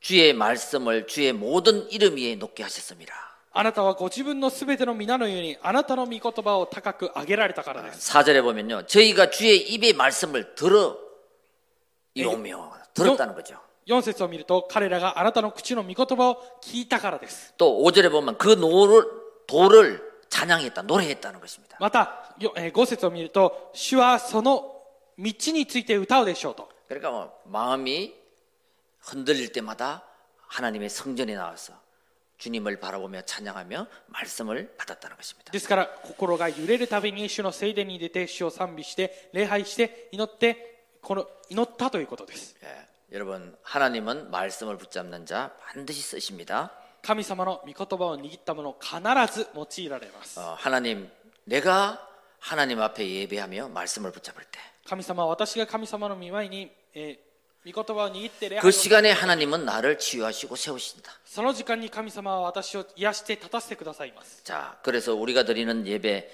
A: 주의 말씀을 주의 모든 이름 위에 높게 하셨습니다.
B: あなたはご自分のすべての皆のようにあなたの御言葉を高く上げられたからです。
A: 4절에 보면요. 저희가 주의 입의 말씀을 들어 이오며 들었다는 거죠.
B: 4節を見ると彼らがあなたの口の御言葉を聞いたからです。
A: 또 5절에 보면 그 노를 도를 찬양했다 노래했다는 것입니다.
B: また5節を見ると主はその道について歌うでしょうと。
A: 그러니까 뭐 마음이 흔들릴 때마다 하나님의 성전에 나와서 주님을 바라보며 찬양하며 말씀을 받았다는 것입니다.
B: ですから心が揺れるたびに主の聖殿に出て主を賛美して礼拝して祈ってこの祈ったということです。
A: 예, 여러분 하나님은 말씀을 붙잡는 자 반드시 쓰십니다.
B: 神様の御言葉を握ったものを必ず用いられます。
A: 어, 하나님 내가 하나님 앞에 예배하며 말씀을 붙잡을 때 그
B: 神様は私が神様の御前に、えー御言葉を握って礼拝を
A: 그 시간에 하나님은 나를 치유하시고 세우신다.
B: その時間に神様は私を癒して立たせてくださいます。
A: 자, 그래서 우리가 드리는 예배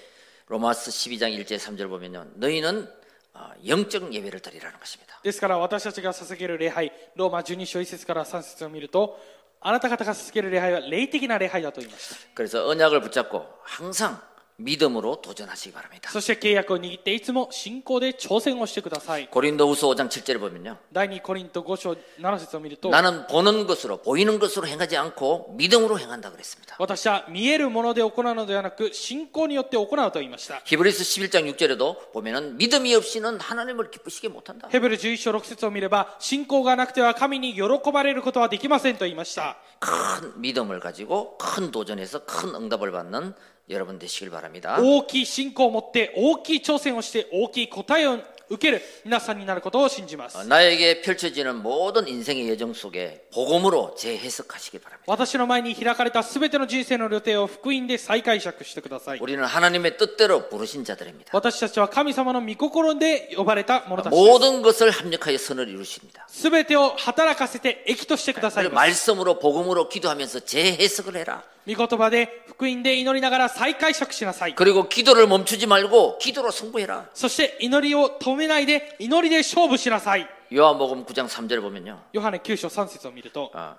A: 로마스 12장 1절 3절 보면요. 너희는 어, 영적 예배를 드리라는 것입니다.
B: ですから私たちが捧げる礼拝、ローマ12章1節から3節を見ると、あなた方が捧げる礼拝は霊的な礼拝だと言いました。
A: 그래서 언약을 붙잡고 항상 믿음으로 도전하시기 바랍니다.
B: そして契約を握っていつも信仰で挑戦をしてください。
A: 고린도후서 5장 7절을 보면요.
B: 第2コリント5章7節を見ると、
A: 나는 보는 것으로 보이는 것으로 행하지 않고 믿음으로 행한다 그랬습니다.
B: 私は見えるもので行うのではなく、信仰によって行うと言いました。
A: 히브리서 11장 6절에도 보면은 믿음이 없이는 하나님을 기쁘시게 못한다.
B: ヘブル11章6節を見れば、信仰がなくては神に喜ばれることはできませんと言いました。
A: 큰 믿음을 가지고 큰 도전에서 큰 응답을 받는 여러분 되시길 바랍니다.
B: 大きい信仰を持って大きい挑戦をして大きい答えを受ける皆さんになることを信じます
A: 어, 나에게 펼쳐지는 모든 인생의 여정 속에 복음으로 재해석하시길 바랍니다.
B: 私の前に開かれた全ての人生の旅程を福音で再解釈してください
A: 우리는 하나님의 뜻대로 부르신 자들입니다.
B: 私たちは神様の御心で呼ばれた者たちで
A: 모든 것을 합력하여 선을 이루십니다.
B: す全てを働かせて益としてください
A: 그리고
B: ます
A: 말씀으로 복음으로 기도하면서 재해석을 해라.
B: 御言葉で福音で祈りながら再解釈しなさい
A: 그리고 기도를 멈추지 말고 기도로 승부해라.
B: そして祈りを止めないで祈りで勝負しなさい
A: 요한복음 9장 3절을 보면요.
B: ヨハネ9章3節を見ると
A: 아,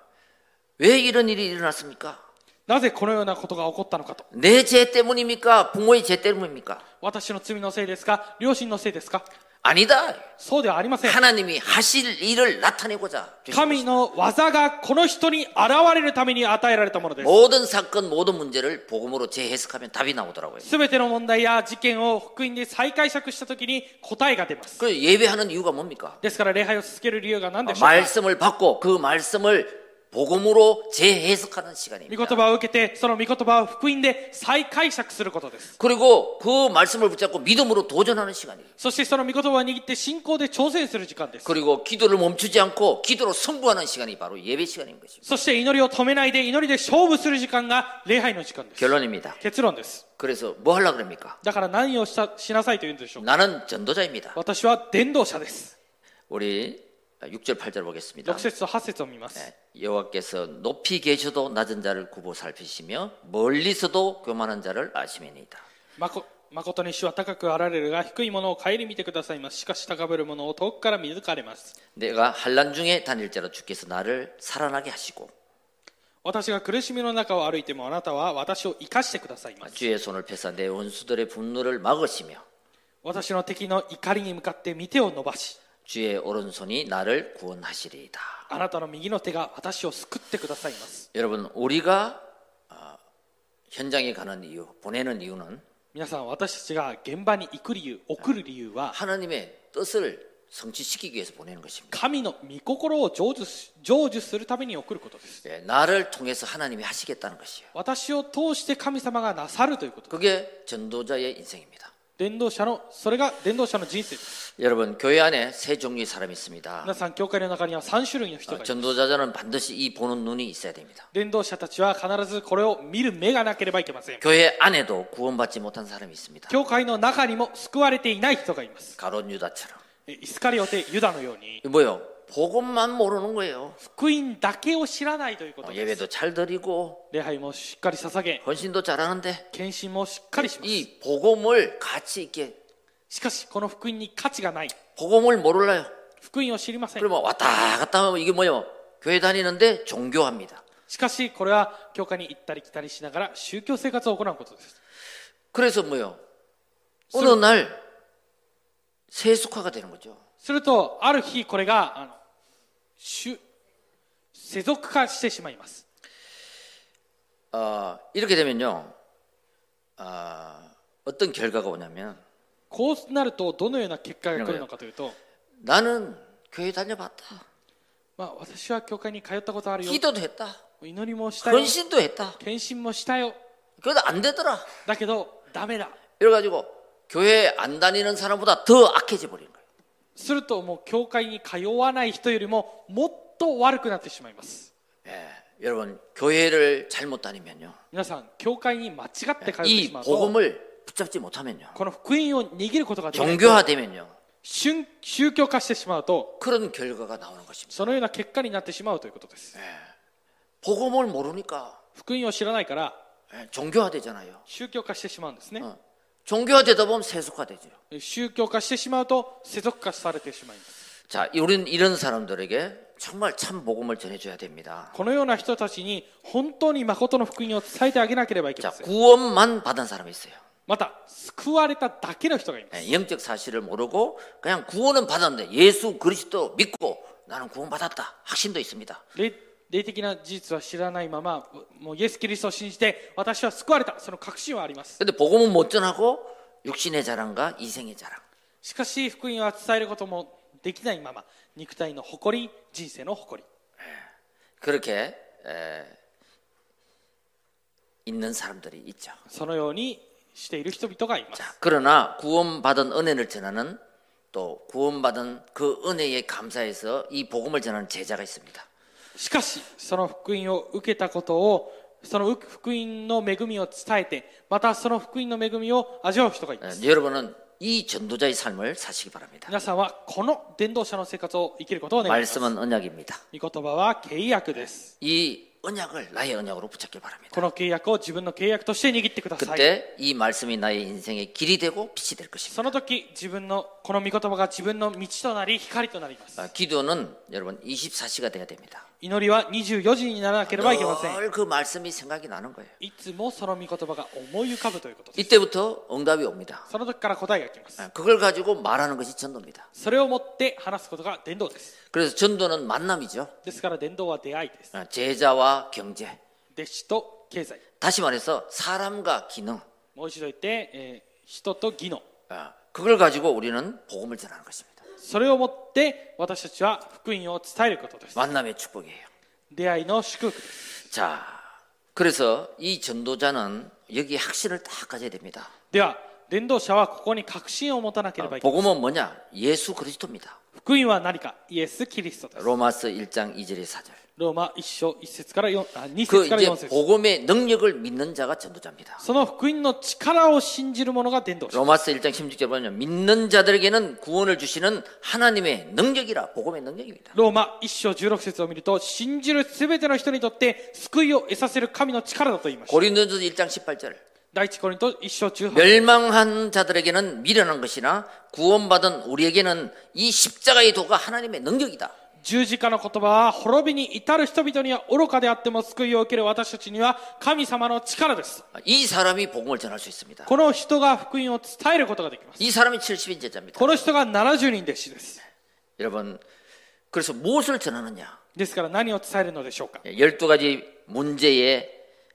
A: 왜 이런 일이 일어났습니까?
B: なぜこのようなことが起こったのかと
A: 내 죄 때문입니까? 부모의 죄 때문입니까?
B: 私の罪のせいですか両親のせいですか
A: 아니다.
B: そうではあり
A: 네.
B: ません
A: 하나님이 하실 일을 나타내고자 주신 것이다.
B: 神の技がこの人に現れるために与えられたものです。
A: 모든 사건, 모든 문제를 복음으로 재해석하면 답이 나오더라고요.
B: すべての問題や事件を福音で再解釈したときに答えが出ます。
A: 그 예배하는 이유가 뭡니까? 아,
B: ですから礼拝を続ける理由が
A: 네,
B: 何でしょうか
A: 말씀을 받고 그 말씀을 복음으로 재해석하는
B: 御
A: 시간입니다.
B: 言葉を受けて、その御言葉を福音で再解釈することです。
A: 그리고 그 말씀을 붙잡고 믿음으로 도전하는 시간이에요.
B: そしてその御言葉を握って信仰で挑戦する時間です。
A: 그리고 기도를 멈추지 않고 기도로 승부하는 시간이 바로 예배 시간인 것입니다.
B: そして祈りを止めないで祈りで勝負する時間が礼拝の時間です。
A: 결론입니다.
B: 結論です。
A: 그래서 뭐 하려고 그럽니까?
B: だから何をしたしなさいと言うんでしょうか
A: 나는 전도자입니다.
B: 私は伝道者です。
A: 우리 6절 8절 보겠습니다.
B: 6節と8節を見ます、
A: 네, 여호와께서 높이 계셔도 낮은 자를 구보 살피시며 멀리서도 교만한 자를 아시매니이다.
B: まこ誠に主は高くあられるが低いものを顧みてくださいますしかし高ぶるものを遠くから見抜かれます
A: 내가 한란 중에 다닐 자로 주께서 나를 살아나게 하시고
B: 私が苦しみの中を歩いてもあなたは私を生かしてくださいます
A: 주의 손을 펴사 내 원수들의 분노를 막으시며
B: 私の敵の怒りに向かって見手を伸ばし
A: 주의 오른손이 나를 구원하시리이다.
B: あなたの右の手が私を救ってくださいます
A: 여러분 우리가 아, 현장에 가는 이유, 보내는 이유는
B: 皆さん私たちが現場に行く理由送る理由は
A: 하나님의 뜻을 성취시키기 위해서 보내는 것입니다.
B: 神の御心を成就し成就するために送ることです
A: 예, 나를 통해서 하나님이 하시겠다는 것이에요.
B: 私を通して神様がなさるということ
A: 그게 전도자의 인생입니다.
B: 伝道者のそれが伝道者の人生です
A: 여러분 교회 안에 세 종류의 사람이 있습니다.
B: 皆さん教会の中には3種類の人
A: 어,
B: がいます
A: 전도자들은 반드시 이 보는 눈이 있어야 됩니다.
B: 伝道者たちは必ずこれを見る目がなければいけません
A: 교회 안에도 구원받지 못한 사람이 있습니다.
B: 教会の中にも救われていない人がいます。
A: 가론 유다처럼.
B: えイスカリオテ・ユダのように、
A: 이 뭐요? 복음만 모르는 거예요.
B: 福音だけを知らないというこ
A: 어,
B: とです。
A: 예배도 잘 드리고
B: 礼拝もしっかり捧げ、
A: 헌신도 잘하는데
B: 献身もしっかりします。
A: 이 복음을 같이 있게
B: しかし、この福音に価値がない。
A: 복음을 몰라요.
B: 福音を知りません。
A: 그러면 왔다 갔다 하면 이게 뭐예요? 교회 다니는데 종교합니다.
B: しかし、これは教会に行ったり来たりしながら宗教生活を行うことです。
A: 그래서 뭐예요? 어느 날 세속화가 되는 거죠.
B: すると、ある日、これが、あの、主世俗化してしまいます。
A: 어, 이렇게 되면요. 아, 어떤 결과가 오냐면
B: こうなると、どのような結果が来るのかというと、
A: 나는 교회 다녀봤다.
B: まあ、私は教会に通ったことあるよ。
A: 기도도 했다.
B: 祈りもしたよ。
A: 헌신도 했다.
B: 献身もしたよ。
A: 그래도 안 되더라.
B: だけど、ダメだ。
A: 이래가지고 교회 안 다니는 사람보다 더 악해져 버린 거예요.
B: すると、もう教会に通わない人よりも、もっと悪くなってしまいます。
A: 예, 여러분 교회를 잘못 다니면요.
B: 皆さん、教会に間違って通って
A: 이
B: しまうと、
A: 복음을 붙잡지 못하면요.
B: この福音を握ることができないと
A: 종교화되면요.
B: 宗宗教化してしまうと、
A: 그런 결과가 나오는 것입니다.
B: そのような結果になってしまうということです。
A: 복음을 모르니까
B: 福音を知らないから、
A: 예, 종교화되잖아요.
B: 宗教化してしまうんですね。
A: 어. 종교화되다 보면 세속화되죠.
B: 宗教化してしまうと、世俗化されてしまいます。
A: 자, 우리는 이런 사람들에게 정말 참 복음을 전해줘야 됩니다.
B: このような人たちに、本当に誠の福音を伝えてあげなければいけ
A: 자,
B: ません。
A: 구원만 받은 사람이 있어요.
B: また、救われただけの人がいます。
A: 예, 영적 사실을 모르고 그냥 구원은 받았는데 예수 그리스도 믿고 나는 구원받았다 확신도 있습니다.
B: 霊霊的な事実は知らないままもうイエス・キリストを信じて私は救われたその確信はあります
A: 근데 복음은 못 전하고 육신의 자랑과 이생의 자랑
B: しかし福音は伝えることもできないまま肉体の誇り人生の誇り
A: 그렇게 에, 있는 사람들이 있죠.
B: そのようにしている人々がいます
A: 자, 그러나 구원받은 은혜를 전하는 또 구원받은 그 은혜에 감사해서 이 복음을 전하는 제자가 있습니다.
B: しかしその福音を受けたことをその福音の恵みを伝えてまたその福音の恵みを味わう人がい
A: 예,
B: ます
A: 여러분은 이 전도자의 삶을 사시기 바랍니다.
B: 皆さんはこの伝道者の生活を生きることをお願いしま
A: 말씀은 언약입니다.
B: す御言葉は契約です
A: 이 언약을 나의 언약으로 붙잡길 바랍니다.
B: この契約を自分の契約として握ってください
A: 그때 이 말씀이 나의 인생의 길이 되고 빛이 될 것입니다.
B: その時自分のこの御言葉が自分の道となり光となります
A: 아, 기도는 여러분 24시가 돼야 됩니다.
B: 祈りは24時にならなければいけません
A: 늘 그 말씀이 생각이 나는 거예요.
B: いつもその御言葉が思い浮かぶということです
A: 이때부터 응답이 옵니다.
B: その時から答えが来ます
A: 아, 그걸 가지고 말하는 것이 전도입니다.
B: それをもって話すことが伝道です
A: 그래서 전도는 만남이죠.
B: ですから伝道は出会いです
A: 아, 제자와 경제.
B: 弟子と経済
A: 다시 말해서 사람과 기능.
B: もう一度言って、えー人と技能
A: 아, 그걸 가지고 우리는 복음을 전하는 것입니다.
B: それをもって私たちは福音を伝えることです
A: 만남의 축복이에요.
B: 出会いの祝福です
A: 자, 그래서 이 전도자는 여기 확신을 딱 가져야 됩니다.
B: では伝道者はここに確信を持たなければいけない
A: 복음은 뭐냐? 예수 그리스도입니다.
B: 福音は何かイエス・キリストです
A: 로마서 1장 2절의 4절.
B: ロローマ1章1節から4あ2
A: 그
B: 節から
A: 이제
B: 4節
A: 복음의能력을 믿는 자가 전도자입니다.
B: その福音の力を信じる者が伝道者
A: 로마서 1장 16절 보면 믿는 자들에게는 구원을 주시는 하나님의 능력이라 복음의 능력입니다.
B: ローマ1章16節を見ると信じる全ての人にとって救いを得させる神の力だと言いました
A: 고린도전서 1장 18절
B: 第一コリント1章18
A: 멸망한 자들에게는 미련한 것이나 구원받은 우리에게는 이 십자가의 도가 하나님의 능력이다.
B: 十字架の言葉は滅びに至る人々には愚かであっても救いを受ける私たちには神様の力です
A: 이 사람이 복음을 전할 수 있습니다.
B: この人が福音を伝えることができます
A: 이 사람이 70인 제자입니다.
B: この人が70人弟子です
A: 여러분 그래서 무엇을 전하느냐?
B: ですから何を伝えるのでしょうか
A: 12가지 문제의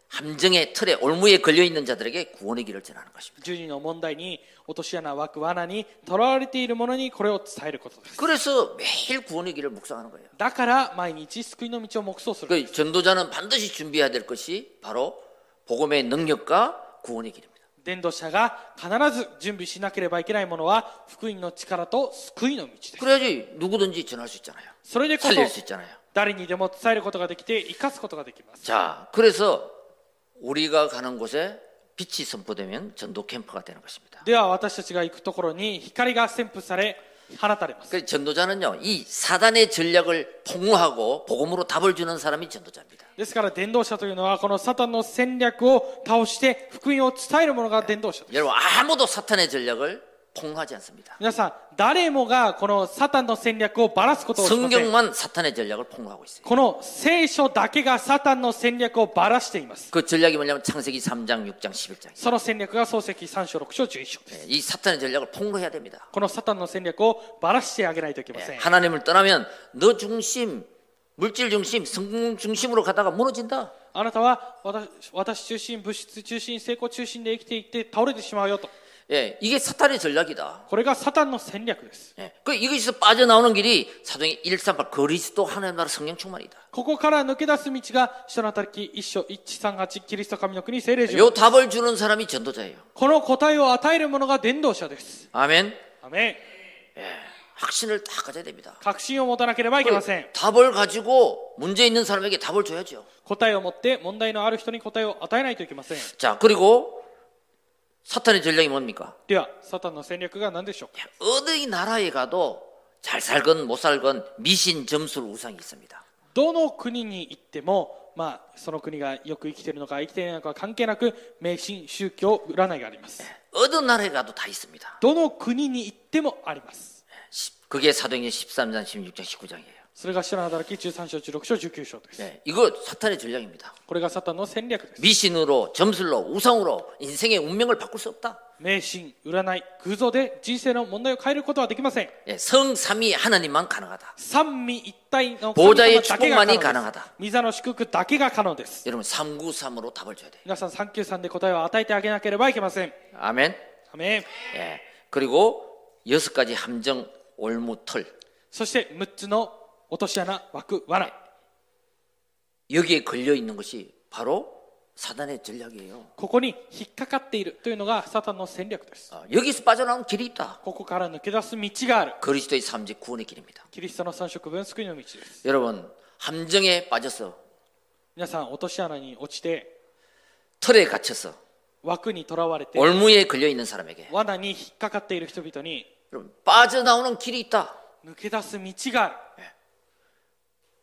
A: 함정의 틀에 올무에 걸려 있는 자들에게 구원의 길을 전하는 것입니다.
B: 十人の問題に落とし穴枠罠にとらわれている者にこれを伝えることです
A: 그래서 매일 구원의 길을 묵상하는 거예요.
B: だから毎日救いの道を黙想する
A: 그 전도자는 반드시 준비해야 될 것이 바로 복음의 능력과 구원의 길입니다.
B: 伝道者が必ず準備しなければいけないものは福音の力と救いの道です
A: 그래야지 누구든지 전할 수 있잖아요.
B: それでこそ
A: 살릴 수 있잖아요.
B: 誰にでも伝えることができて生かすことができます
A: 자, 그래서 우리가 가는 곳에 빛이 선포되면 전도 캠프가 되는 것입니다.
B: では私たちが行くところに光が散布され放たれます
A: 그 전도자는요, 이 사단의 전략을 폭로하고 복음으로 답을 주는 사람이 전도자입니다.
B: ですから伝道者というのはこのサタンの戦略を倒して福音を伝える者が伝道者です
A: 여러분 아무도 사탄의 전략을 폭로하지 않습니다.
B: 皆さん誰もがこのサタンの戦略をばらすことをしません
A: 성경만 사탄의 전략을 폭로하고 있어요.
B: この聖書だけがサタンの戦略をばらしています
A: 그 전략이 뭐냐면 창세기 3장, 6장, 11장. 예,
B: その戦略が創世記3章6章11章です
A: 이 사탄의 전략을 폭로해야 됩니다. 예,
B: このサタンの戦略をばらしてあげないといけません
A: 하나님을 떠나면 너 중심, 물질 중심, 성공 중심으로 가다가 무너진다.
B: あなたは私私中心物質中心成功中心で生きていって倒れてしまうよと
A: 예, 이게 사탄의 전략이다.
B: これがサタンの戦略です
A: 예, 그 이것에서 빠져나오는 길이 사도행 138 그리스도 하나님 나라 성령 충만이다.
B: ここから抜け出す道が人の働き一章138キリスト神の国聖霊
A: 요
B: 城
A: 답을 주는 사람이 전도자예요.
B: この答えを与える者が伝道者です
A: 아멘.
B: アメン
A: 확신을 다 가져야 됩니다.
B: 確信を持たなければいけません
A: 답을 가지고 문제 있는 사람에게 답을 줘야죠.
B: 答えを持って問題のある人に答えを与えないといけません
A: 자, 그리고 사탄의 전략이 뭡니까?
B: ではサタンの戦略が何でしょうか
A: 어느 나라에 가도 잘 살건 못 살건 미신 점술 우상이 있습니다.
B: どの国に行ってもまあその国がよく生きているのか生きていないのか関係なく迷信宗教占いがあります
A: 어느 나라에 가도 다 있습니다.
B: どの国に行ってもあります
A: 십- 그게 사도행전 13장, 16장, 19장이에요. 네,
B: それが人の働き13章16章19章です
A: 이거 사탄의 전략입니다.
B: これがサタンの戦略です
A: 미신으로, 점술로, 우상으로 인생의 운명을 바꿀 수 없다.
B: 迷信、占い、偶像で人生の問題を変えることはできません。
A: 예, 성삼위 하나님만 가능하다.
B: 三味一体の
A: ボーダーへ
B: 神様だけが可能です
A: 祝福만이가능하다
B: 御座の祝福だけが可能です。
A: 여러분 393으로 답을 줘야 돼요.
B: 皆さん、三級さんで答えを与えてあげなければいけません。
A: 아멘.
B: アメン
A: 예. 그리고 여섯 가지 함정 올무털
B: そして、六つの落とし穴、枠、罠。
A: 여기에 걸려 있는 것이 바로 사단의 전략이에요.
B: ここに引っかかっているというのがサタンの戦略です。
A: 아, 여기서 빠져나온 길이 있다.
B: ここから抜け出す道がある。
A: 그리스도의 삼직 구원의 길입니다.
B: キリストの三色分救いの道です。
A: 여러분 함정에 빠져서
B: 皆さん、落とし穴に落ちて、
A: 틀에 갇혀서
B: 枠にとらわれて、
A: 올무에 걸려 있는 사람에게
B: 罠に引っかかっている人々に
A: 여러분, 빠져나오는 길이 있다.
B: 抜け出す道がある。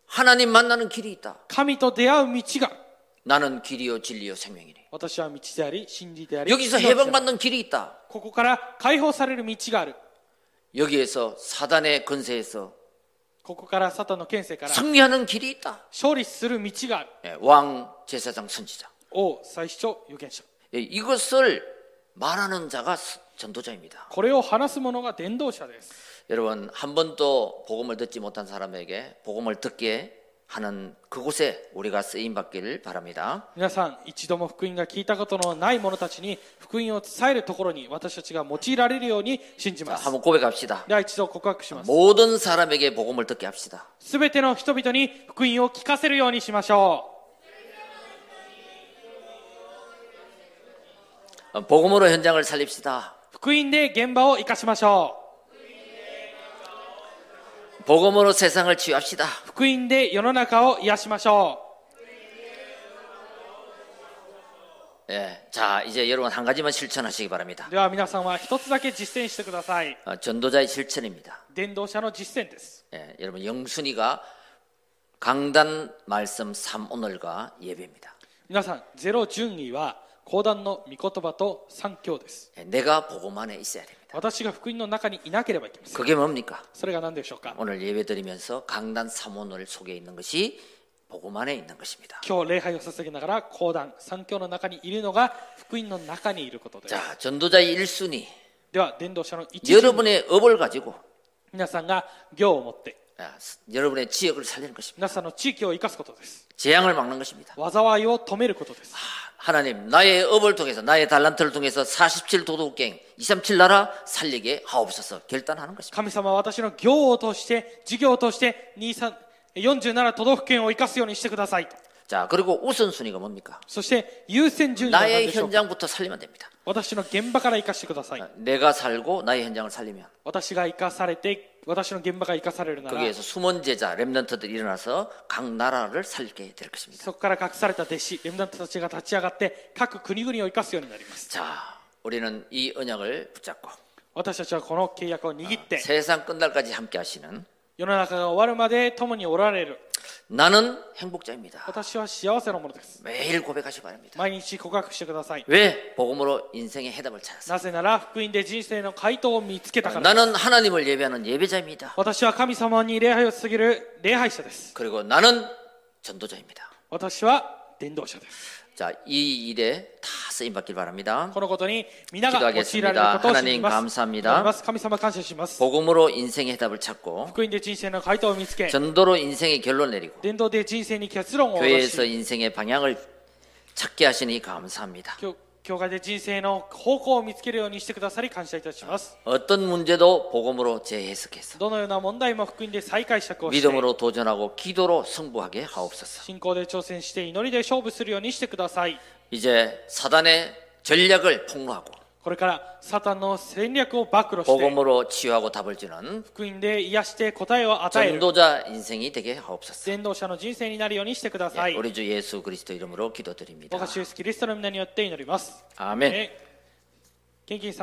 A: 하나님 만나는 길이 있다.
B: 神と出会う道がある。
A: 나는 길이요 진리요 생명이니.
B: 私は道であり真理であり
A: 여기서
B: 命である
A: 해방받는 길이 있다.
B: ここから解放される道がある
A: 여기에서 사단의 근세에서
B: ここからサタンの権勢から
A: 승리하는 길이 있다.
B: 勝利する道がある
A: 예, 왕 제사장 선지자.
B: 王最主張預言者
A: 예, 이것을 말하는 자가 스- 전도자입니다.
B: これを話す者が伝道者です
A: 여러분 한 번도 복음을 듣지 못한 사람에게 복음을 듣게 하는 그곳에 우리가 쓰임 받기를 바랍니다.
B: 皆さん一度も福音が聞いたことのない者たちに福音を伝えるところに私たちが用いられるように信じ
A: 자,
B: ます
A: 한번 고백합시다.
B: では一度告白します
A: 모든 사람에게 복음을 듣게 합시다.
B: すべての人々に福音を聞かせるようにしましょ
A: 어, 복음으로 현장을 살립시다.
B: う福音で現場を生かしましょう
A: 복음으로 세상을 치유합시다.
B: 福音で世の中を癒しましょ
A: 예. 자, 이제 여러분 한 가지만 실천하시기 바랍니다.
B: うでは皆さんは一つだけ実践してください
A: 어, 전도자의 실천입니다.
B: 伝道者の実践です
A: 예, 여러분 영순이가 강단 말씀 3오늘과 예배입니다.
B: 皆さんゼロ順位は講談の御言葉と三教です
A: 예, 내가 복음 안에 있어야 됩니다.
B: 私が福音の中にいなければいけません
A: 그게 뭡니까?
B: それが何でしょうか
A: 오늘 예배 드리면서 강단 3오늘 속에 있는 것이 복음 안에 있는 것입니다.
B: 今日礼拝を捧げながら講談三教の中にいるのが福音の中にいることです
A: 자, 전도자의 1순위
B: では伝道者の一順位
A: 여러분의 업을 가지고
B: 皆さんが行を持って
A: 아, 스- 여러분의 지역을 살리는 것입니다.
B: 皆さんの地域を生かすことです
A: 재앙을 막는 것입니다.
B: 災いを止めることです
A: 하나님, 나의 업을 통해서, 나의 달란트를 통해서 47 도덕갱, 237 나라 살리게 하옵소서 결단하는 것입니다.
B: 神様は私の行を通して事業を通して23 47都道府県を生かすようにしてください
A: 자, 그리고 우선순위가 뭡니까?
B: そして優先順位は何
A: 나의
B: でしょうか
A: 현장부터 살리면 됩니다.
B: 私の現場から生かしてください
A: 내가 살고 나의 현장을 살리면
B: 私が生かされて私の現場が生かされるなら
A: 거기에서 숨은 제자, 렘넌트들이 일어나서 각 나라를 살게 될 것입니다.
B: そこから隠された弟子レムダントたちが立ち上がって各国々を生かすようになります
A: 자, 우리는 이 언약을 붙잡고
B: 私たちはこの契約を握
A: 네.
B: って
A: 세상 끝날까지 함께 하시는
B: 世の中が終わるまで共におられる
A: 나는 행복자입니다.
B: 私は幸せなものです
A: 매일 고백하시 기 바랍니다.
B: 毎日告白してください
A: 왜 복음으로 인생의 해답을 찾았어요?
B: なぜなら福音で人生の回答を見つけたからです
A: 나는 하나님을 예배하는 예배자입니다.
B: 私は神様に礼拝を捧げる礼拝者です。
A: 그리고 나는 전도자입니다.
B: 私は伝道者です。
A: 자, 이 일에 다 쓰임 받길 바랍니다.
B: このことに皆が用いられることを信じます。
A: 기도하겠습니다
B: 祈
A: 하나님감사합니다
B: ります神様感謝します。
A: 복음으로 인생의 해답을 찾고
B: 福音で人生の回答を見
A: 네.
B: つけ、
A: 전도로 인생의 결론 내리고
B: 伝道で人生に結論を下ろ
A: 교회에서
B: し、
A: 인생의 방향을 찾게 하시니 감사합니다.
B: 教教会で人生の方向を見つけるようにしてくださり感謝いたします。
A: 어떤 문제도 복음으로 재해석해서
B: どのような問題も福音で再解釈をして、
A: 믿음으로 도전하고 기도로 승부하게 하옵소서.
B: 信仰で挑戦して祈りで勝負するようにしてください。
A: 이제 사단의 전략을 폭로하고
B: これからサタンの戦略を暴露して、
A: 복음으로 치유하고 답을 주는
B: 福音で癒して答えを与える
A: 전도자 인생이 되게 하옵소서.
B: 伝道者の人生になるようにしてくだ
A: 예,
B: さい。
A: 우리 주 예수 그리스도 이름으로 기도드립니다.
B: 我が主イエスキリストの皆によって祈ります。
A: 아멘.
B: え献金さん